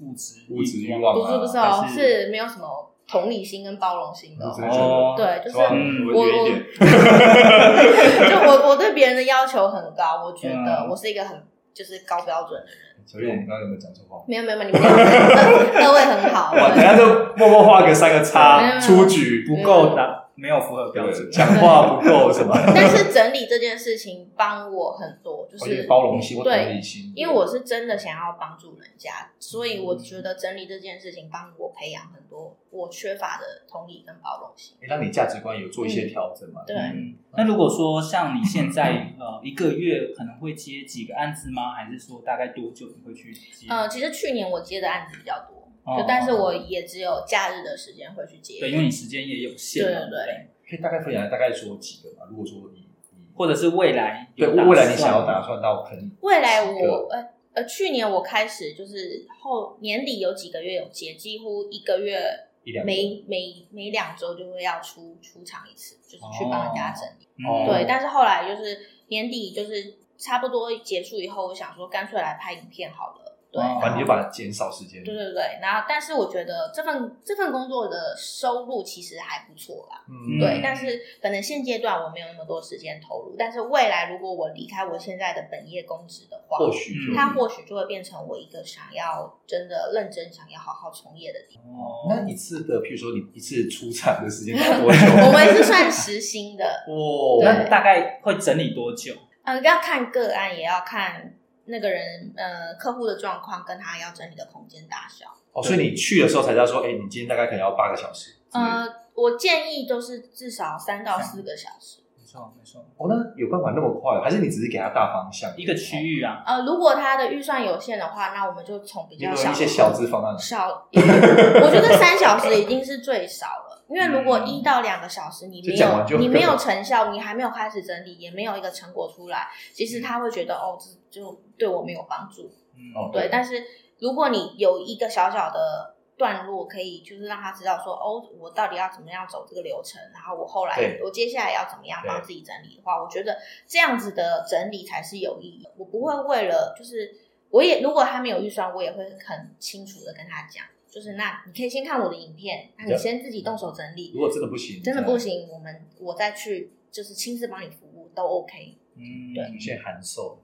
Speaker 1: 物质
Speaker 2: 物质欲
Speaker 3: 不
Speaker 2: 望
Speaker 3: 是
Speaker 2: 啊，
Speaker 3: 不是哦，
Speaker 1: 还是
Speaker 3: 是没有什么同理心跟包容心的哦、
Speaker 2: 我真的觉得
Speaker 1: 哦，
Speaker 3: 对，就是
Speaker 1: 嗯
Speaker 2: 我远一点，
Speaker 3: 就我我对别人的要求很高，我觉得
Speaker 1: 嗯
Speaker 3: 我是一个很就是高标准的人。
Speaker 2: 小月，我们刚刚有没有讲错话？
Speaker 3: 没有没有没有，你 们二二位很好，
Speaker 2: 哇，等一
Speaker 3: 对
Speaker 2: 下就默默画个三个
Speaker 3: 没有没
Speaker 2: 叉，
Speaker 3: 有
Speaker 2: 出局，
Speaker 1: 不
Speaker 3: 嗯
Speaker 1: 够的，没有符合标准
Speaker 2: 对，，讲话不够什么？
Speaker 3: 但是整理这件事情帮我 很多，就
Speaker 2: 我
Speaker 1: 哦
Speaker 2: 觉
Speaker 3: 是
Speaker 2: 得包容心或同
Speaker 3: 对
Speaker 2: 理，心，
Speaker 3: 因为我是真的想要帮助人家，所以我觉得整理这件事情帮我培养很多我缺乏的同理跟包容心。
Speaker 2: 诶让你价值观有做一些调整嘛？
Speaker 3: 对
Speaker 1: 嗯，那如果说像你现在呃一个月可能会接几个案子吗？还是说大概多久你会去接？
Speaker 3: 呃，其实去年我接的案子比较多，
Speaker 1: 哦
Speaker 3: 就但是我也只有假日的时间会去接。
Speaker 1: 对，因为你时间也有限嘛，
Speaker 3: 对对对
Speaker 2: 可以大概分享大概说几个嘛？如果说你你
Speaker 1: 或者是未来
Speaker 2: 对
Speaker 1: 有打
Speaker 2: 未来你想要
Speaker 1: 算
Speaker 2: 打算到可能
Speaker 3: 未来我呃呃，去年我开始就是后年底有几个月有接，几乎一个月
Speaker 2: 一两个
Speaker 3: 每每每两周就会要出出场一次，就是去帮人家整理。
Speaker 1: 嗯
Speaker 3: 对，但是后来就是年底就是差不多结束以后，我想说干脆来拍影片好了。对，
Speaker 1: 哦
Speaker 3: 然后
Speaker 2: 反正你就把它减少时间，
Speaker 3: 对对对，然后但是我觉得这份这份工作的收入其实还不错啦，
Speaker 2: 嗯
Speaker 3: 对，
Speaker 1: 嗯
Speaker 3: 但是可能现阶段我没有那么多时间投入，但是未来如果我离开我现在的本业公职的话，
Speaker 2: 或许就
Speaker 3: 它或许就会变成我一个想要真的认真想要好好从业的地方。
Speaker 1: 哦
Speaker 2: 那一次的，譬如说你一次出场的时 间大概多久？
Speaker 3: 我们是算时薪的，
Speaker 2: 哦，
Speaker 1: 那
Speaker 3: 对
Speaker 1: 大概会整理多久？
Speaker 3: 嗯，要看个案，也要看那个人呃客户的状况跟他要整理的空间大小。
Speaker 2: 哦，所以你去的时候才知道说，哎、你今天大概可能要八个小时。嗯，
Speaker 3: 呃，我建议就是至少三到四个小时。
Speaker 1: 没错没错，
Speaker 2: 哦，那有办法那么快？还是你只是给他大方向？哦
Speaker 1: 一个区
Speaker 2: 域，
Speaker 1: 域啊，
Speaker 3: 呃，如果他的预算有限的话，那我们就从比
Speaker 2: 有
Speaker 3: 较
Speaker 2: 没
Speaker 3: 小
Speaker 2: 有一些小资嗯方案？
Speaker 3: 少，我觉得三小时已经是最少了，因为如果一到两个小时你没
Speaker 2: 就讲完
Speaker 3: 有
Speaker 2: 就
Speaker 3: 你 没有成效，你还没有开始整理，也没有一个成果出来，其实他会觉得哦，这就对我没有帮助。
Speaker 1: 嗯
Speaker 2: 哦
Speaker 3: 对，但是如果你有一个小小的段落，可以就是让他知道说哦，我到底要怎么样走这个流程，然后我后来
Speaker 2: 对
Speaker 3: 我接下来要怎么样
Speaker 2: 对
Speaker 3: 帮自己整理的话，我觉得这样子的整理才是有意义的。我不会为了就是我也如果他没有预算，我也会很清楚的跟他讲，就是那你可以先看我的影片，那你
Speaker 2: 对
Speaker 3: 先自己动手整理
Speaker 2: 如，果真的不行，
Speaker 3: 真的不，行，我们我再去就是亲自帮你服务都 OK。
Speaker 1: 嗯
Speaker 3: 对
Speaker 2: 有些函授。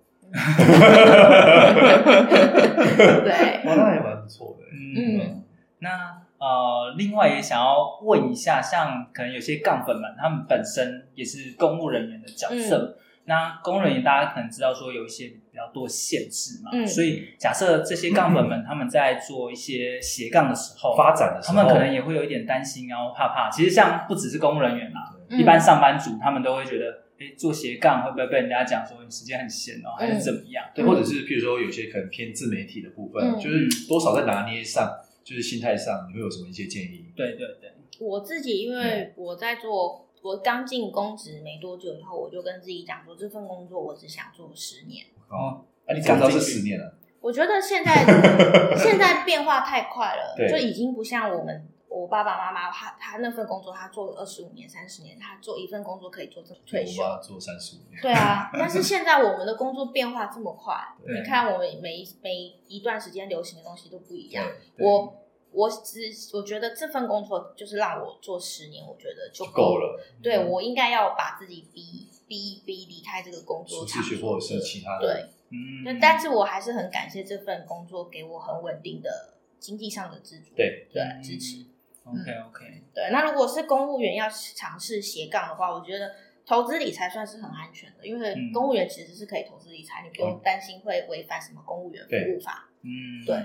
Speaker 2: 哦
Speaker 3: 对，
Speaker 2: 哇，那还蛮不错的。
Speaker 1: 嗯，
Speaker 3: 嗯
Speaker 1: 那呃，另外也想要问一下，像可能有些杠粉们，他们本身也是公务人员的角色。
Speaker 3: 嗯
Speaker 1: 那公务人员大家可能知道说有一些比较多限制嘛，
Speaker 3: 嗯
Speaker 1: 所以假设这些杠粉们他们在做一些斜杠的时候，
Speaker 2: 哦发展的时
Speaker 1: 他
Speaker 2: 候，
Speaker 1: 们可能也会有一点担心，然后怕怕。其实像不只是公务人员啦，
Speaker 3: 嗯
Speaker 1: 一般上班族他们都会觉得，哎，做斜杠会不会被人家讲说你时间很闲哦，
Speaker 3: 嗯
Speaker 1: 还是怎么样？
Speaker 2: 对，或者是譬如说有些可能偏自媒体的部分，
Speaker 3: 嗯
Speaker 2: 就是多少在拿捏上，就是心态上，你会有什么一些建议？
Speaker 1: 对对对，
Speaker 3: 我自己因为我在做，我刚进公职没多久以后，我就跟自己讲说，这份工作我只想做十年。
Speaker 1: 哦，
Speaker 2: 啊，你怎么知道是十年了？
Speaker 3: 我觉得现在现在变化太快了，
Speaker 2: 对
Speaker 3: 就已经不像我们我爸爸妈妈，他他那份工作他做了二十五年、三十年，他做一份工作可以做这么退休
Speaker 2: 我。爸做三十五年，
Speaker 3: 对啊，但是现在我们的工作变化这么快，
Speaker 1: 对
Speaker 3: 你看我们每一每一段时间流行的东西都不一样。
Speaker 1: 对
Speaker 3: 我我只我觉得这份工作就是让我做十年，我觉得就
Speaker 2: 就够了。
Speaker 3: 对
Speaker 2: 嗯
Speaker 3: 我应该要把自己逼逼逼离开这个工作
Speaker 2: 出
Speaker 3: 场
Speaker 2: 自
Speaker 3: 所，
Speaker 2: 学或者是其他的，
Speaker 3: 对，
Speaker 1: 嗯，
Speaker 3: 那但是我还是很感谢这份工作给我很稳定的经济上的支柱，
Speaker 2: 对
Speaker 3: 对支持。嗯
Speaker 1: OK OK，
Speaker 3: 对，那如果是公务员要尝试斜杠的话，我觉得投资理财算是很安全的，因为
Speaker 1: 嗯
Speaker 3: 公务员其实是可以投资理财，你不
Speaker 2: 嗯
Speaker 3: 用担心会违反什么公务员服务法。
Speaker 1: 嗯，
Speaker 3: 对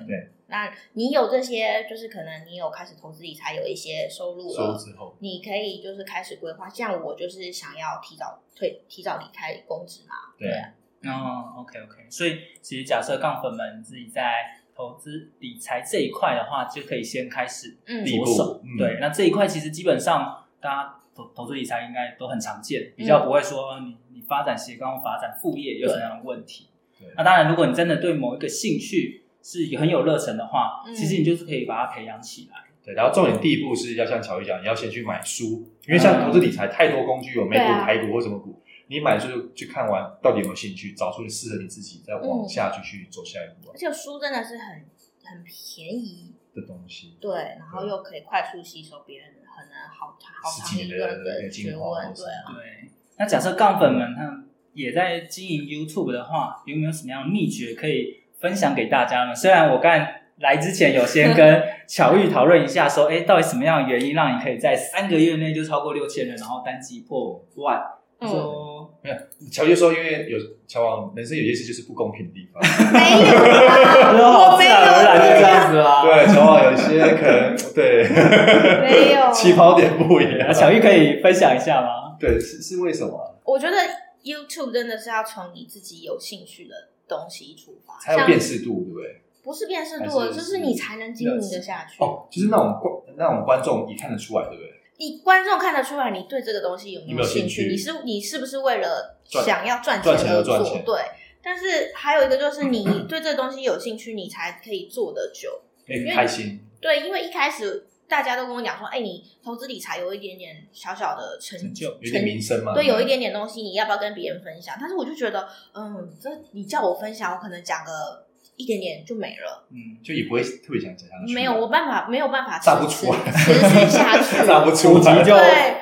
Speaker 3: 那你有这些，就是可能你有开始投资理财，有一些收入
Speaker 2: 收
Speaker 3: 了，
Speaker 2: 之后，
Speaker 3: 你可以就是开始规划。像我就是想要提早退，提早离开公职嘛，
Speaker 2: 对
Speaker 3: 对啊
Speaker 1: 哦，OK OK，所以其实假设杠粉们自己在投资理财这一块的话，就可以先开始
Speaker 3: 嗯
Speaker 1: 着手。
Speaker 2: 嗯
Speaker 1: 对，那这一块其实基本上大家投投资理财应该都很常见，比
Speaker 3: 嗯
Speaker 1: 较不会说你你发展斜杠、发展副业有什么样的问题
Speaker 2: 对。
Speaker 1: 那当然，如果你真的对某一个兴趣是很有热忱的话，
Speaker 3: 嗯
Speaker 1: 其实你就是可以把它培养起来。
Speaker 2: 对，然后重点第一步是要像乔伊讲，你要先去买书，因为像投资理财太多工具，有美股、
Speaker 3: 对啊
Speaker 2: 台股或什么股，你买书就去看完，到底有没有兴趣，找出适合你自己，再
Speaker 3: 嗯
Speaker 2: 往下去去走下一步啊
Speaker 3: 而且书真的是很很便宜，
Speaker 2: 的东西。
Speaker 3: 对，然
Speaker 2: 嗯
Speaker 3: 后又可以快速吸收别人可能好长好
Speaker 2: 十
Speaker 3: 长
Speaker 2: 几
Speaker 3: 一
Speaker 2: 年
Speaker 3: 个
Speaker 2: 的那个
Speaker 3: 学
Speaker 2: 精华
Speaker 3: 问，
Speaker 2: 或是
Speaker 3: 对啊。
Speaker 1: 对，那假设杠粉们他们也在经营 YouTube 的话，有没有什么样的秘诀可以分享给大家呢？虽然我刚才来之前有先跟巧玉讨论一下，说，哎，到底什么样的原因让你可以在三个月内就超过六千人，然后单击破万？
Speaker 3: 嗯
Speaker 1: 说
Speaker 2: 乔伊说，因为有乔王人生有些事就是不公平的地方，
Speaker 3: 没有啊，我
Speaker 1: 哦，
Speaker 3: 没
Speaker 1: 自
Speaker 3: 有
Speaker 1: 然而然就这样子啊啦。
Speaker 2: 对，乔王有些可能对
Speaker 3: 没 有。
Speaker 2: 起跑点不一
Speaker 1: 那
Speaker 2: 样。
Speaker 1: 巧玉可以分享一下吗？
Speaker 2: 对是是为什么啊
Speaker 3: 我觉得 YouTube 真的是要从你自己有兴趣的东西出发，
Speaker 2: 才有
Speaker 3: 像
Speaker 2: 辨识度，对不对？
Speaker 3: 不是辨识度了，
Speaker 2: 还是
Speaker 3: 就是你才能经营得下去。
Speaker 2: 哦，就是那种观那种观众一看得出来，对不对？
Speaker 3: 你观众看得出来你对这个东西有
Speaker 2: 有
Speaker 3: 没
Speaker 2: 没
Speaker 3: 有
Speaker 2: 有兴
Speaker 3: 兴
Speaker 2: 趣
Speaker 3: 你是你是不是为了
Speaker 2: 赚
Speaker 3: 想要赚
Speaker 2: 赚钱
Speaker 3: 而
Speaker 2: 而赚
Speaker 3: 做？
Speaker 2: 钱
Speaker 3: 对。但是还有一个就是你对这个东西有兴趣，你才可以做得久。
Speaker 2: 哎、
Speaker 3: 因为
Speaker 2: 开心，
Speaker 3: 对，因为一开始大家都跟我讲说，哎，你投资理财有一点点小小的成
Speaker 1: 成就
Speaker 2: 有点名声嘛。
Speaker 3: 对，有一
Speaker 2: 点。
Speaker 3: 点点东西，你要不要跟别人分享？但是我就觉得，嗯，这你叫我分享，我可能讲个一点点就没了，
Speaker 1: 嗯，
Speaker 2: 就也不会特别想讲下去。
Speaker 3: 没有，我办法，没有办法
Speaker 2: 嗯
Speaker 3: 持
Speaker 2: 炸不出来
Speaker 3: 持续下 去，
Speaker 2: 炸不出来，
Speaker 1: 普及就
Speaker 3: 对，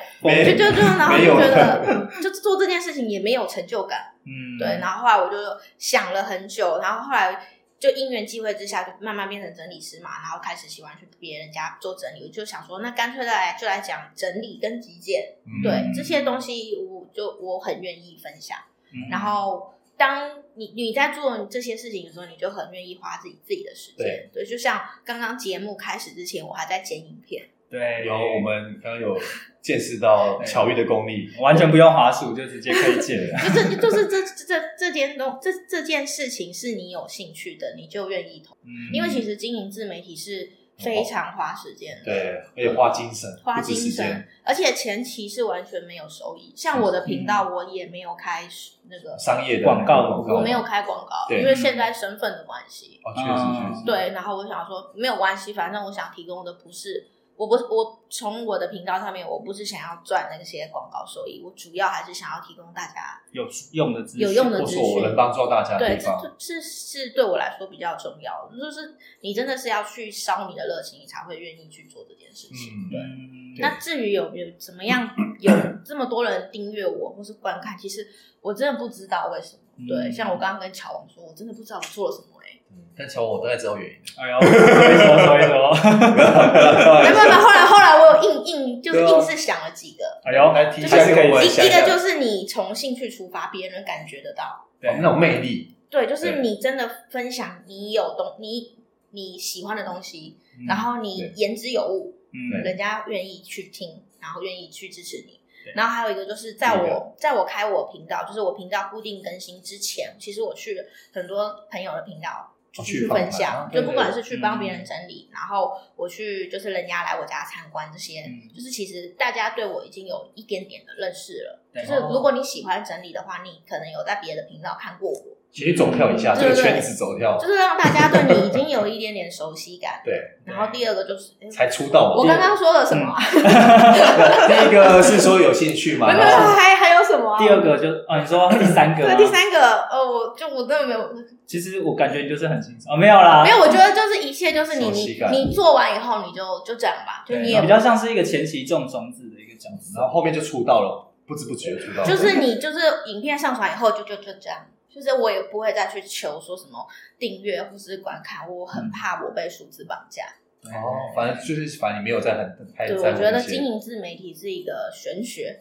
Speaker 2: 没
Speaker 3: 就就就，然后就
Speaker 2: 没有
Speaker 3: 觉得，就做这件事情也没有成就感，
Speaker 1: 嗯，
Speaker 3: 对。然后后来我就想了很久，然后后来就因缘际会之下，就慢慢变成整理师嘛，然后开始喜欢去别人家做整理，我就想说，那干脆再来就来讲整理跟极简，
Speaker 2: 嗯
Speaker 3: 对、这些东西，我就我很愿意分享。
Speaker 1: 嗯
Speaker 3: 然后当你你在做这些事情的时候，你就很愿意花自己自己的时间。
Speaker 2: 对
Speaker 3: 就像刚刚节目开始之前，我还在剪影片，
Speaker 1: 对，
Speaker 2: 有我们刚刚有见识到巧遇的功力，
Speaker 1: 完全不用滑鼠就直接可以解了。
Speaker 3: 就这就是这这这这件东这这件事情是你有兴趣的，你就愿意投。
Speaker 1: 嗯
Speaker 3: 因为其实经营自媒体是非常花时间的，
Speaker 2: 哦对，而且花精神，
Speaker 3: 花
Speaker 2: 不止
Speaker 3: 精
Speaker 2: 时
Speaker 3: 神
Speaker 2: 间，，嗯
Speaker 3: 而且前期是完全没有收益。像我的频道，我也没有开那个，
Speaker 2: 商业的
Speaker 1: 广告
Speaker 2: 广告，
Speaker 3: 我没有开广告，
Speaker 2: 对嗯
Speaker 3: 因为现在身份的关系。
Speaker 2: 哦，确实确实，
Speaker 3: 嗯对，然后我想说没有关系，反正我想提供的不是，我不我从我的频道上面，我不是想要赚那些广告收益，我主要还是想要提供大家
Speaker 1: 有用的资讯
Speaker 3: 有用的
Speaker 2: 或
Speaker 3: 资
Speaker 2: 是
Speaker 3: 讯
Speaker 2: 我能帮助到大家的
Speaker 3: 对，
Speaker 2: 地
Speaker 3: 这
Speaker 2: 方，
Speaker 3: 这是是对我来说比较重要的，就是你真的是要去烧你的热情，你才会愿意去做这件事情。
Speaker 2: 嗯，对，
Speaker 1: 嗯
Speaker 3: 那至于有没有怎么样 有这么多人订阅我或是观看，其实我真的不知道为什么。对，
Speaker 1: 嗯
Speaker 3: 像我刚刚跟乔王说，我真的不知道我做了什么哎、欸。
Speaker 2: 但乔我大概知道原因，
Speaker 1: 哎呦，为什么？为什么？
Speaker 3: 没有没有，没有后来后来我有硬硬就是
Speaker 2: 对啊
Speaker 3: 硬是想了几个，
Speaker 1: 哎呦，
Speaker 2: 来提
Speaker 3: 就
Speaker 2: 一
Speaker 3: 是
Speaker 2: 下跟我
Speaker 3: 一
Speaker 2: 们想
Speaker 3: 一
Speaker 2: 想
Speaker 3: 个就是你从兴趣出发，别人感觉得到。
Speaker 1: 对
Speaker 2: 哦那种魅力，
Speaker 3: 对，就是
Speaker 2: 对
Speaker 3: 你真的分享你有东你你喜欢的东西，
Speaker 1: 嗯
Speaker 3: 然后你
Speaker 2: 对
Speaker 3: 言之有物，
Speaker 1: 嗯
Speaker 3: 人家愿意去听，然后愿意去支持你
Speaker 1: 对。
Speaker 3: 然后还有一个就是，在
Speaker 2: 第一
Speaker 3: 我在我开我频道，就是我频道固定更新之前，其实我去了很多朋友的频道，就
Speaker 2: 哦
Speaker 3: 是
Speaker 2: 去
Speaker 3: 去
Speaker 2: 访
Speaker 3: 分
Speaker 2: 谈
Speaker 3: 享
Speaker 2: 啊，
Speaker 3: 就
Speaker 2: 对
Speaker 3: 不
Speaker 2: 对
Speaker 3: 管
Speaker 2: 对嗯
Speaker 3: 是去帮别人整理，然后我去就是人家来我家参观这些，
Speaker 1: 嗯
Speaker 3: 就是其实大家对我已经有一点点的认识了。
Speaker 1: 对
Speaker 2: 哦
Speaker 3: 就是如果你喜欢整理的话，你可能有在别的频道看过我，
Speaker 2: 其实走跳一下这
Speaker 3: 对
Speaker 2: 个
Speaker 3: 对对
Speaker 2: 圈子走跳
Speaker 3: 就，是让大家对你已经有一点点熟悉感。
Speaker 2: 对，
Speaker 3: 然后第二个就是，诶
Speaker 2: 才嗯出道嘛。
Speaker 3: 我刚刚说了什么啊？
Speaker 2: 第一个是说有兴趣嘛，
Speaker 3: 没有，没
Speaker 2: 然
Speaker 3: 有
Speaker 2: 后
Speaker 3: 还还有什么啊？
Speaker 1: 第二个就哦，你说第三个吗
Speaker 3: 对，第，三个，呃，我就我真的没有，
Speaker 2: 啊
Speaker 1: 其实我感觉你就是很轻松哦，没有啦，
Speaker 3: 没有，我觉得就是一切就是你
Speaker 2: 熟悉
Speaker 3: 你
Speaker 2: 感
Speaker 3: 你做完以后你就就这样吧，就
Speaker 2: 对
Speaker 3: 你
Speaker 1: 比
Speaker 3: 也
Speaker 1: 较像是一个前期种种子的一个角
Speaker 2: 然
Speaker 1: 色。
Speaker 2: 后后面就出道了，不知不觉出道了，
Speaker 3: 就是你就是影片上传以后就就就这样，就是我
Speaker 2: 嗯
Speaker 3: 也不会再去求说什么订阅或是观看，我很怕我被数字绑架，
Speaker 2: 哦，反正就是反正你没有在很太
Speaker 3: 对，
Speaker 2: 在
Speaker 3: 我
Speaker 2: 乎
Speaker 3: 觉
Speaker 2: 那
Speaker 3: 得
Speaker 2: 些
Speaker 3: 经营自媒体是一个玄学，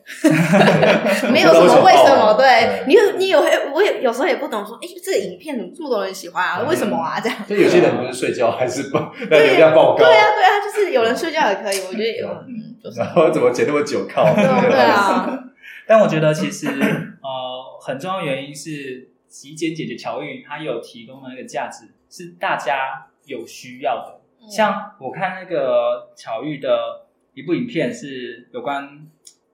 Speaker 3: 没有什么为
Speaker 2: 为
Speaker 3: 什
Speaker 2: 什么
Speaker 3: 么。对
Speaker 2: 对
Speaker 3: 你有你有我也有时候也不懂说，哎，这个影片怎么这么多人喜欢啊？
Speaker 2: 嗯
Speaker 3: 为什么啊？这样
Speaker 2: 就有些人不是睡觉还是报那流量报告
Speaker 3: 对，啊对啊，就是有人睡觉也可以，我觉得有嗯， 就是
Speaker 2: 然后怎么剪那么久靠？
Speaker 3: 对啊对啊，
Speaker 1: 但我觉得其 实呃，很重要的原因是极简解决巧遇，它有提供的那个价值是大家有需要的。
Speaker 3: 嗯
Speaker 1: 像我看那个巧遇的一部影片，是有关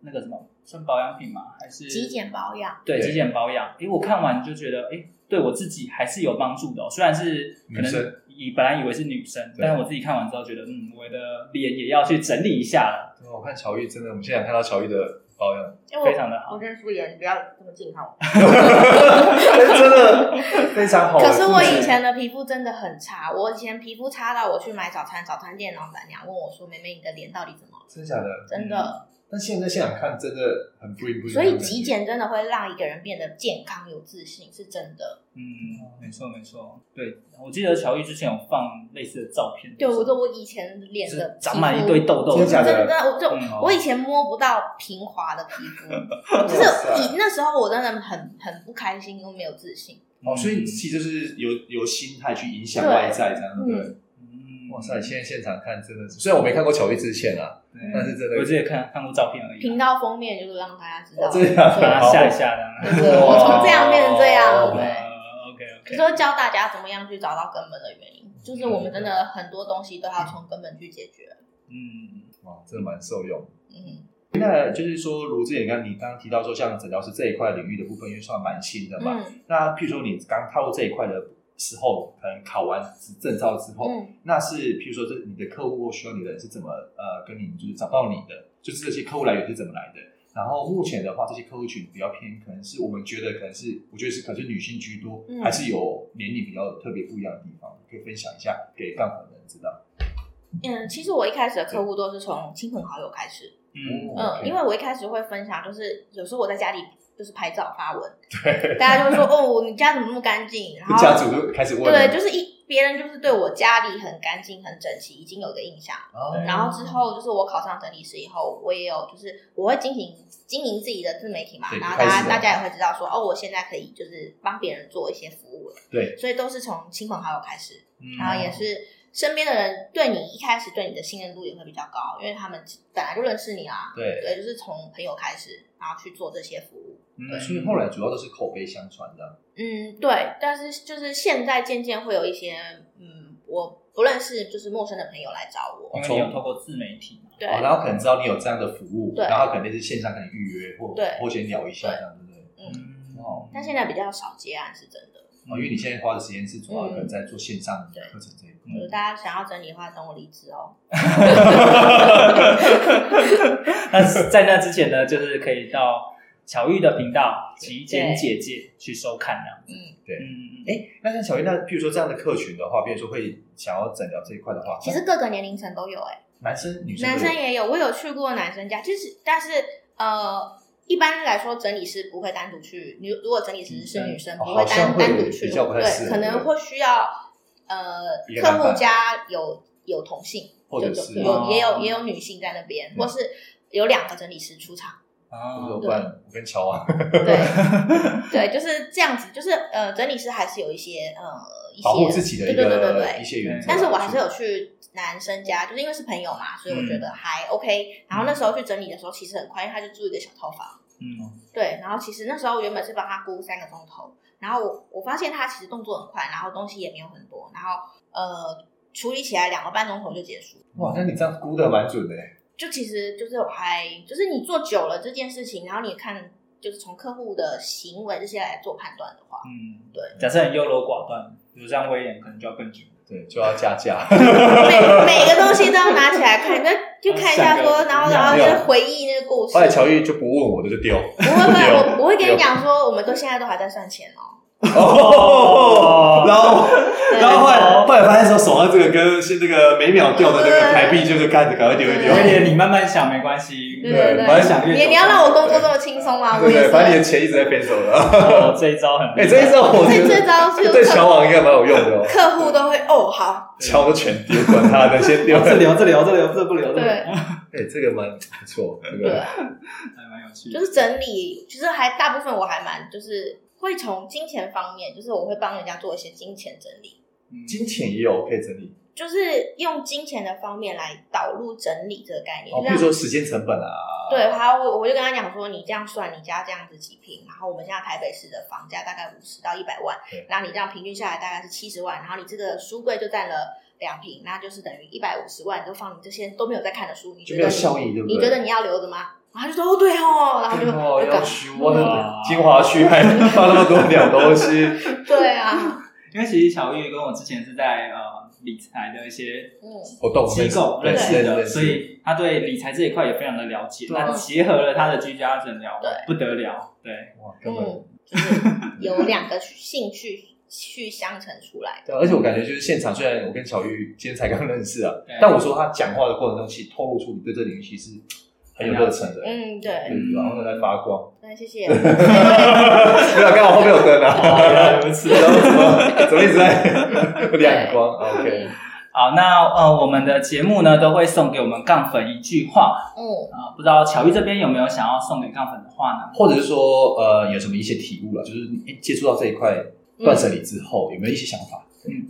Speaker 1: 那个什么算保养品吗？还是
Speaker 3: 极简保养，
Speaker 1: 对
Speaker 2: 对
Speaker 1: 极简保养，诶，我看完就觉得，诶，对我自己还是有帮助的、哦。虽然是可
Speaker 2: 女生
Speaker 1: 能以本来以为是女生，
Speaker 2: 对
Speaker 1: 但是我自己看完之后觉得，嗯，我的脸也要去整理一下了，
Speaker 2: 对啊我看乔玉真的，我们现在看到乔玉的保养，
Speaker 3: 因为
Speaker 1: 非常的好
Speaker 3: 我。我认素颜不要这么近看我。
Speaker 2: 真的 非常好。
Speaker 3: 可是我以前的皮肤真的很差，我以前皮肤差到我去买早餐，早餐店老板娘问我说：“妹妹，你的脸到底怎么了
Speaker 2: 真的假的？”？
Speaker 3: 真的，
Speaker 2: 但现在现场看真的很不一不一样
Speaker 3: 所以极简真的会让一个人变得健康有自信，是真的。
Speaker 1: 嗯，
Speaker 2: 哦
Speaker 1: 没错没错，对，我记得乔玉之前有放类似的照片，
Speaker 3: 对，我说我以前脸
Speaker 1: 就
Speaker 3: 的
Speaker 1: 是
Speaker 3: 皮
Speaker 1: 长
Speaker 3: 肤
Speaker 1: 满一堆痘痘，
Speaker 2: 真的假
Speaker 3: 真的，我就、
Speaker 1: 嗯
Speaker 3: 我以前摸不到平滑的皮 肤，就是以那时候我真的很很不开心，又没有自信。
Speaker 2: 哦，所以其实就是由由心态去影响外在这样，对不对？
Speaker 1: 嗯
Speaker 2: 哇塞，现在现场看真的是，虽然我没看过乔玉之前啊，
Speaker 1: 对
Speaker 2: 但是真的
Speaker 1: 我只也看看过照片而已
Speaker 3: 频
Speaker 1: 啊，
Speaker 3: 道封面就是让大家知道，
Speaker 2: 哦这样
Speaker 1: 把
Speaker 3: 对
Speaker 1: 它吓一吓的。
Speaker 3: 就是我从这样变成这样，对。
Speaker 1: 呃 OK
Speaker 3: 就
Speaker 1: OK，
Speaker 3: 是教大家怎么样去找到根本的原因，就是我们真的很多东西都要从根本去解决。
Speaker 1: 嗯，
Speaker 2: 哇，真的蛮受用。
Speaker 3: 嗯，
Speaker 2: 那就是说，如之前刚你刚刚提到说，像诊疗师这一块领域的部分，因为算蛮新的嘛，
Speaker 3: 嗯
Speaker 2: 那譬如说你刚踏入这一块的时候，可能考完证照之后，
Speaker 3: 嗯，
Speaker 2: 那是譬如说这你的客户或需要你的人是怎么呃跟你就是找到你的，就是这些客户来源是怎么来的？然后目前的话，这些客户群比较偏，可能是我们觉得可能是我觉得是可能是女性居多，
Speaker 3: 嗯
Speaker 2: 还是有年龄比较特别不一样的地方，可以分享一下给杠粉的人知道。
Speaker 3: 嗯，其实我一开始的客户都是从亲朋好友开始，
Speaker 1: 嗯
Speaker 3: 嗯，因
Speaker 2: 为
Speaker 3: 为我一开始会分享，就是有时候我在家里就是拍照发文， 大家就会说哦，你家怎么那么干净？然后
Speaker 2: 家族就开始问了，
Speaker 3: 对，就是一别人就是对我家里很干净、很整齐，已经有一个印象。
Speaker 2: 哦
Speaker 3: 然后之后就是我考上整理师以后，我也有就是我会经营经营自己的自媒体嘛，
Speaker 2: 对
Speaker 3: 然后
Speaker 2: 开
Speaker 3: 大
Speaker 2: 始啊
Speaker 3: 家
Speaker 2: 了
Speaker 3: 大家也会知道说哦，我现在可以就是帮别人做一些服务了。
Speaker 2: 对，
Speaker 3: 所以都是从亲朋好友开始，
Speaker 1: 嗯
Speaker 3: 然后也是身边的人对你一开始对你的信任度也会比较高，因为他们本来就认识你啊。
Speaker 2: 对。
Speaker 3: 对，就是从朋友开始，然后去做这些服务。
Speaker 1: 嗯
Speaker 2: 所以后来主要都是口碑相传的，
Speaker 3: 嗯，对，但是就是现在渐渐会有一些嗯，我不认识就是陌生的朋友来找我。
Speaker 1: 因为你有透过自媒体嘛，
Speaker 3: 对，
Speaker 2: 哦，然后可能知道你有这样的服务，
Speaker 3: 对
Speaker 2: 然后可能类似线上跟你预约或
Speaker 3: 对
Speaker 2: 或先聊一下这样，对不对？
Speaker 3: 嗯，
Speaker 2: 哦，
Speaker 3: 但现在比较少接案是真的。
Speaker 2: 哦因为你现在花的时间是主要可能在做线上
Speaker 3: 嗯对嗯
Speaker 2: 课程这一块。
Speaker 3: 如果大家想要整理的话，等我离职哦。
Speaker 1: 那在那之前呢，就是可以到巧遇的频道极简姐姐去收看的。
Speaker 3: 嗯，
Speaker 1: 嗯，
Speaker 2: 哎、那像小云，那譬如说这样的客群的话，比如说会想要诊疗这一块的话，
Speaker 3: 其实各个年龄层都有、哎，
Speaker 2: 男生、女生都有，
Speaker 3: 男生也有，我有去过男生家，就是但是呃，一般来说整理师不会单独去，你如果整理师是女生，
Speaker 2: 嗯
Speaker 3: 不会
Speaker 2: 好像
Speaker 3: 单
Speaker 2: 会
Speaker 3: 单独去，
Speaker 2: 比较不太适
Speaker 3: 对，
Speaker 2: 合
Speaker 3: 可能会需要呃
Speaker 2: 一个
Speaker 3: 客
Speaker 2: 男
Speaker 3: 户
Speaker 2: 伴
Speaker 3: 家有有同性，
Speaker 2: 或者
Speaker 3: 就是有也有
Speaker 1: 哦
Speaker 3: 也有女性在那边，
Speaker 2: 嗯
Speaker 3: 或是有两个整理师出 场。
Speaker 2: 就是
Speaker 1: 哦
Speaker 2: 说，不然我跟乔啊，
Speaker 3: 对，对，就是这样子，就是呃，整理师还是有一些呃一些
Speaker 2: 保护自己的一个
Speaker 3: 对对对对
Speaker 2: 一
Speaker 3: 对。
Speaker 2: 些原则。
Speaker 3: 但是我还
Speaker 1: 嗯
Speaker 3: 是有去男生家，就是因为是朋友嘛，所以我觉得还 OK。然后那时候去整理的时候，其实很快，因为他就住一个小套房。
Speaker 1: 嗯，
Speaker 3: 对，然后其实那时候我原本是帮他估三个钟头，然后我我发现他其实动作很快，然后东西也没有很多，然后呃处理起来两个半钟头就结束。
Speaker 2: 哇，那你这样估的蛮准的耶，
Speaker 3: 就其实就是我还就是你做久了这件事情，然后你看就是从客户的行为这些来做判断的话，
Speaker 1: 嗯，
Speaker 3: 对。
Speaker 1: 假设你优柔寡断，比如像威廉，可能就要更久。
Speaker 2: 对，就要加价。
Speaker 3: 每每个东西都要拿起来看，那就看一下
Speaker 1: 啊
Speaker 3: 说，
Speaker 1: 下个
Speaker 3: 然后然后
Speaker 2: 没
Speaker 3: 就
Speaker 2: 有
Speaker 3: 是回忆那个故事。
Speaker 2: 后来乔玉就不问我，我就丢。
Speaker 3: 不会不会，
Speaker 2: 有
Speaker 3: 我我会跟你
Speaker 2: 有
Speaker 3: 讲说，我们都现在都还在算钱哦。
Speaker 1: 哦
Speaker 2: 然后
Speaker 3: 对
Speaker 2: 然后后来后来发现说，手上这个跟是那个每秒掉的那个台币，就是赶着赶快丢一丢。
Speaker 1: 威廉，你慢慢想没关系，
Speaker 3: 对对
Speaker 2: 反
Speaker 1: 越
Speaker 2: 正
Speaker 1: 想越
Speaker 3: 你你要让我工作这么轻松吗？
Speaker 2: 对
Speaker 3: 我也
Speaker 2: 对，
Speaker 3: 是
Speaker 2: 反正你的钱一直在变手了。
Speaker 1: 哦这一招很厉害
Speaker 2: 哎，这一招我觉
Speaker 3: 这这
Speaker 2: 得
Speaker 3: 招是
Speaker 2: 对小网应该蛮有用的哦，
Speaker 3: 客户都会哦好，
Speaker 2: 敲都全丢，管他的，先丢
Speaker 3: 啊
Speaker 1: 哦。这留这留这留这不留，这
Speaker 3: 对
Speaker 2: 哎，这个蛮不错，这
Speaker 3: 对啊
Speaker 2: 个。，
Speaker 1: 还蛮有趣
Speaker 3: 就
Speaker 1: 的。
Speaker 3: 是整理，其实还大部分我还蛮就是会从金钱方面，就是我会帮人家做一些金钱整理，
Speaker 1: 嗯
Speaker 2: 金钱也有可以整理，
Speaker 3: 就是用金钱的方面来导入整理这个概念，
Speaker 2: 哦，
Speaker 3: 就
Speaker 2: 比如
Speaker 3: 让
Speaker 2: 说时间成本啊，
Speaker 3: 对，还有我我就跟他讲说，你这样算，你家这样子几平，然后我们现在台北市的房价大概五十到一百万
Speaker 2: 对，
Speaker 3: 然后你这样平均下来大概是七十万，然后你这个书柜就占了两平，那就是等于一百五十万，就放你这些都没有在看的书，你
Speaker 2: 就
Speaker 3: 觉
Speaker 2: 没有
Speaker 3: 得
Speaker 2: 效益，对不对？
Speaker 3: 你觉得你要留着吗？然后他就说哦对哦，然后就
Speaker 2: 哦，
Speaker 3: 就嗯
Speaker 2: 要
Speaker 3: 搞
Speaker 2: 修我的
Speaker 1: 哇
Speaker 2: 精华区还放那么多鸟东西，
Speaker 3: 对啊，
Speaker 1: 因为其实小玉跟我之前是在呃理财的一些
Speaker 3: 嗯，
Speaker 2: 我懂
Speaker 1: 机构认识的，所。
Speaker 2: 认识
Speaker 1: 以他对理财这一块也非常的了解。
Speaker 2: 对啊
Speaker 1: 那结合了他的居家诊疗，
Speaker 3: 对
Speaker 1: 不得了，对，
Speaker 2: 哇，根本
Speaker 3: 嗯，就是有两个兴趣去相乘出来的。
Speaker 2: 对，而且我感觉就是现场，虽然我跟小玉今天才刚认识啊
Speaker 1: 对，
Speaker 2: 但我说他讲话的过程中，其实透露出你对这领域其实很有热忱的，
Speaker 3: 嗯，对，
Speaker 2: 对，然后在发光。
Speaker 3: 那谢谢。对
Speaker 2: 没有，刚好后面有灯
Speaker 1: 哦
Speaker 2: 啊，
Speaker 1: 原来 如此。
Speaker 2: 然后怎 么怎么一直在亮光？OK，
Speaker 1: 好，那呃，我们的节目呢都会送给我们杠粉一句话
Speaker 3: 嗯，
Speaker 1: 啊、不知道巧玉这边有没有想要送给杠粉的话呢？
Speaker 2: 或者是说呃，有什么一些体悟了，就是你哎接触到这一块断舍离之后，有没有一些想法？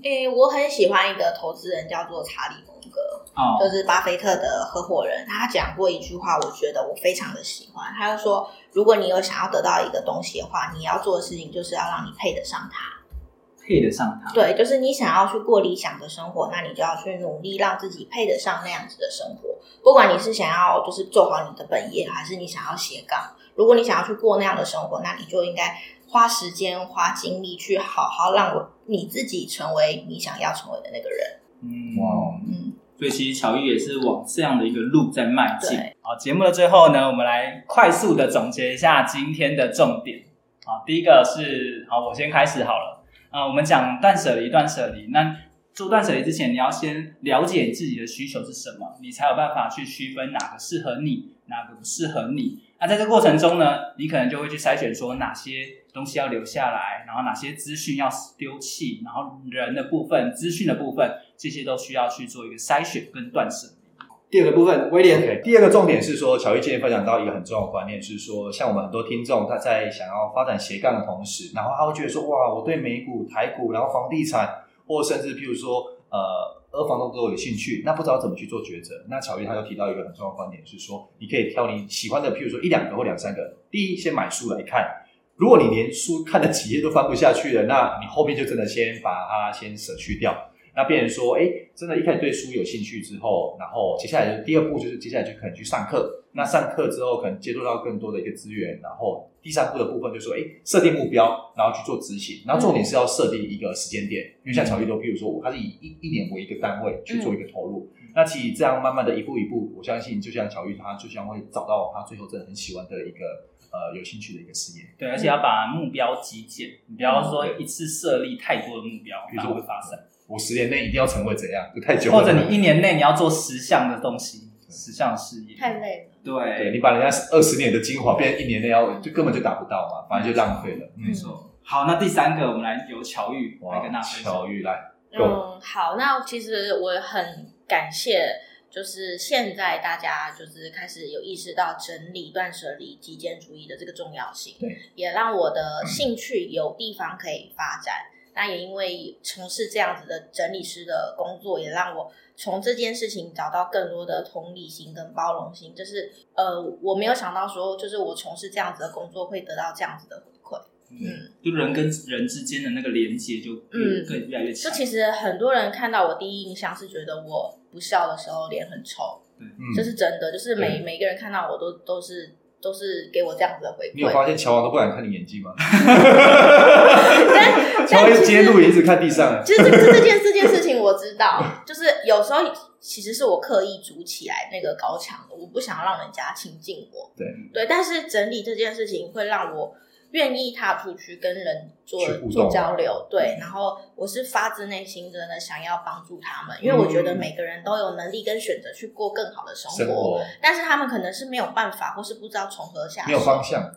Speaker 3: 诶，我很喜欢一个投资人叫做查理蒙格，
Speaker 1: 哦，
Speaker 3: 就是巴菲特的合伙人。他讲过一句话，我觉得我非常的喜欢。他就说，如果你有想要得到一个东西的话，你要做的事情就是要让你配得上它。
Speaker 1: 配得上他。
Speaker 3: 对，就是你想要去过理想的生活，那你就要去努力让自己配得上那样子的生活。不管你是想要就是做好你的本业，还是你想要斜杠，如果你想要去过那样的生活，那你就应该花时间、花精力去好好让我你自己成为你想要成为的那个人。
Speaker 1: 嗯，
Speaker 2: 哇，哦
Speaker 3: 嗯，
Speaker 1: 所以其实巧玉也是往这样的一个路在迈进
Speaker 3: 对。
Speaker 1: 好，节目的最后呢，我们来快速的总结一下今天的重点。好，第一个是好，我先开始好了。啊、我们讲断舍离，断舍离。那做断舍离之前，你要先了解你自己的需求是什么，你才有办法去区分哪个适合你，哪个不适合你。那在这过程中呢，你可能就会去筛选说哪些东西要留下来，然后哪些资讯要丢弃，然后人的部分、资讯的部分，这些都需要去做一个筛选跟断舍离。第二个部分，威廉
Speaker 2: OK，第二个重点是说，乔玉今天分享到一个很重要的观念，是说，像我们很多听众，他在想要发展斜杠的同时，然后他会觉得说，哇，我对美股、台股，然后房地产，或甚至譬如说，呃，二房东都有兴趣，那不知道怎么去做抉择。那乔玉他就提到一个很重要的观点，是说，你可以挑你喜欢的，譬如说一两个或两三个。第一，先买书来看。如果你连书看了几页都翻不下去了，那你后面就真的先把它先舍去掉。那变成说，哎、真的，一开始对书有兴趣之后，然后接下来就第二步就是接下来就可能去上课。那上课之后，可能接触到更多的一个资源，然后第三步的部分就说，哎、设定目标，然后去做执行。然后重点是要设定一个时间点，因为像乔玉都，譬如说我，它是以一一年为一个单位去做一个投入。那其实这样慢慢的一步一步，我相信就像乔玉他，就像会找到他最后真的很喜欢的一个呃有兴趣的一个事业。
Speaker 1: 对，而且要把目标极简，你不要说一次设立太多的目标，
Speaker 2: 嗯比如
Speaker 1: 然
Speaker 2: 说
Speaker 1: 后
Speaker 2: 我
Speaker 1: 会发散。
Speaker 2: 我十年内一定要成为怎样，就太久了。
Speaker 1: 或者你一年内你要做十项的东西，十项事业。
Speaker 3: 太累了。
Speaker 2: 对
Speaker 1: 对，
Speaker 2: 你把人家二十年的精华变一年内要，就根本就达不到嘛，反正就浪费了。
Speaker 1: 没错。好，那第三个，我们来由巧玉来跟大家分享。
Speaker 2: 巧玉来，
Speaker 3: 嗯，好，那其实我很感谢，就是现在大家就是开始有意识到整理、断舍离、极简主义的这个重要性，
Speaker 2: 对，
Speaker 3: 也让我的兴趣有地方可以发展。那也因为从事这样子的整理师的工作，也让我从这件事情找到更多的同理心跟包容心。就是呃，我没有想到说，就是我从事这样子的工作会得到这样子的回馈。
Speaker 1: 嗯，就人跟人之间的那个连接就
Speaker 3: 嗯
Speaker 1: 更越来越
Speaker 3: 就
Speaker 1: 强。
Speaker 3: 其实很多人看到我第一印象是觉得我不笑的时候脸很臭，
Speaker 2: 嗯
Speaker 3: 这是真的，就是每每个人看到我都都是都是给我这样子的回
Speaker 2: 你有发
Speaker 3: 馈。
Speaker 2: 现乔王都不敢看你眼睛吗？
Speaker 3: 但
Speaker 2: 乔
Speaker 3: 但
Speaker 2: 王
Speaker 3: 其
Speaker 2: 揭
Speaker 3: 实
Speaker 2: 露也一直看地上，
Speaker 3: 其实这这这件这件事情我知道，就是有时候其实是我刻意筑起来那个高墙的，我不想让人家亲近我。
Speaker 2: 对
Speaker 3: 对，但是整理这件事情会让我愿意踏出去跟人做
Speaker 2: 去互动啊嗯
Speaker 3: 做交流，对，然后我是发自内心真的想要帮助他们，因
Speaker 2: 嗯
Speaker 3: 为我觉得每个人都有能力跟选择去过更好的生
Speaker 2: 生活
Speaker 3: 但是他们可能是没有办法，或是不知道从何下手，
Speaker 2: 没有方向，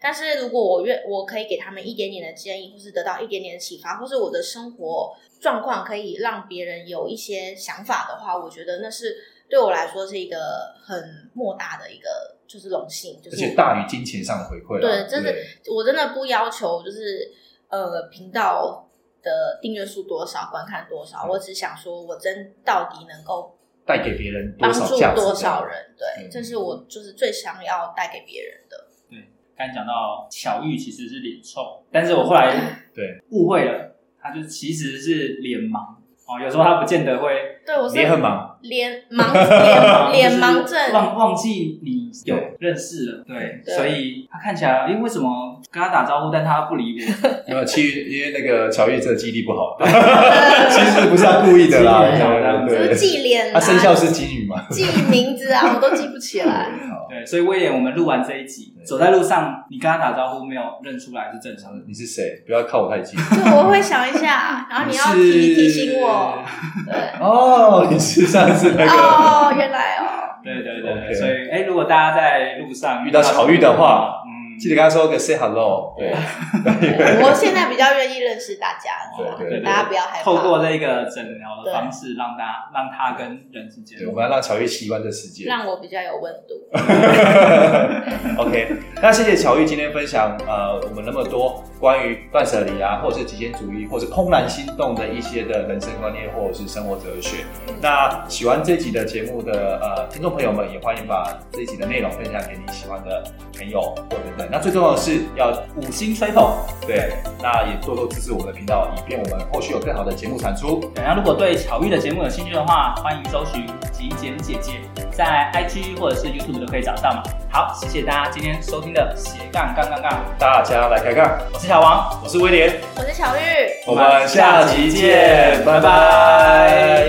Speaker 3: 但是如果我愿，我可以给他们一点点的建议，或是得到一点点的启发，或是我的生活状况可以让别人有一些想法的话，我觉得那是对我来说是一个很莫大的一个就是荣幸，就
Speaker 2: 而
Speaker 3: 是
Speaker 2: 且大于金钱上的回馈啦。
Speaker 3: 对真的
Speaker 2: 对
Speaker 3: 我真的不要求就是呃频道的订阅数多少、观看多
Speaker 2: 嗯
Speaker 3: 少，我只想说我真到底能够
Speaker 2: 带给别人
Speaker 3: 帮
Speaker 2: 多少
Speaker 3: 助
Speaker 2: 价值？
Speaker 3: 多少？人，对，
Speaker 2: 嗯
Speaker 3: 这是我就是最想要带给别人的。
Speaker 1: 刚才讲到巧遇其实是脸臭，但是我后来
Speaker 2: 对
Speaker 1: 误会了，他就其实是脸盲哦，有时候他不见得 会
Speaker 3: 对，我是
Speaker 2: 也很忙，
Speaker 3: 脸盲脸盲
Speaker 1: 就是
Speaker 3: 症，
Speaker 1: 忘忘记你有认识了，对，
Speaker 3: 对
Speaker 1: 所以他看起来，哎因为什么跟他打招呼，但他不理 我，
Speaker 2: 因为其实因为那个乔玉这个记忆力不好，
Speaker 3: 对
Speaker 2: 其实不是他故意的 啦，
Speaker 1: 记忆力不好这样
Speaker 2: 对
Speaker 3: 只
Speaker 2: 对
Speaker 3: 是
Speaker 2: 对，
Speaker 3: 记脸
Speaker 2: 他
Speaker 3: 啊，
Speaker 2: 生肖是金鱼嘛，
Speaker 3: 记名字啊，我都记不 起来。
Speaker 1: 对，所以威廉，我们录完这一集，
Speaker 2: 对
Speaker 1: 走在路上，你跟他打招呼没有认出来是正常的，
Speaker 2: 你是谁？不要靠我太近。
Speaker 3: 就我会想一下，然后你要提
Speaker 2: 是
Speaker 3: 提醒我，对。
Speaker 2: 哦，你是上次那个
Speaker 3: 哦，原来哦，
Speaker 1: 对对对
Speaker 2: 嗯 OK
Speaker 1: 所以哎，如果大家在路上
Speaker 2: 遇到巧遇的话，
Speaker 1: 嗯，
Speaker 2: 记得跟他说个 say hello，对
Speaker 3: 我现在比较愿意认识大家，
Speaker 2: 对哦对对，
Speaker 3: 大家不要害怕。
Speaker 1: 透过这个诊疗的方式，让大家让他跟人之间
Speaker 2: 对，我们要让乔玉习惯这世界。
Speaker 3: 让我比较有温度。
Speaker 2: OK，那谢谢巧玉今天分享呃我们那么多关于断舍离啊，或者是极简主义，或者是怦然心动的一些的人生观念或者是生活哲学。那喜欢这集的节目的呃听众朋友们，也欢迎把这一集的内容分享给你喜欢的朋友或等等。那最重要的是要
Speaker 1: 五星吹捧。
Speaker 2: 对，那也多多支持我们的频道，以便我们后续有更好的节目产出。
Speaker 1: 对然后，如果对巧遇的节目有兴趣的话，欢迎搜寻极简姐姐，在 IG 或者是 YouTube 都可以找到嘛。好，谢谢大家今天收听的斜杠杠杠杠，
Speaker 2: 大家来看看，
Speaker 1: 我是小王，
Speaker 2: 我是威廉，
Speaker 3: 我是小玉，
Speaker 2: 我们下集见，拜拜。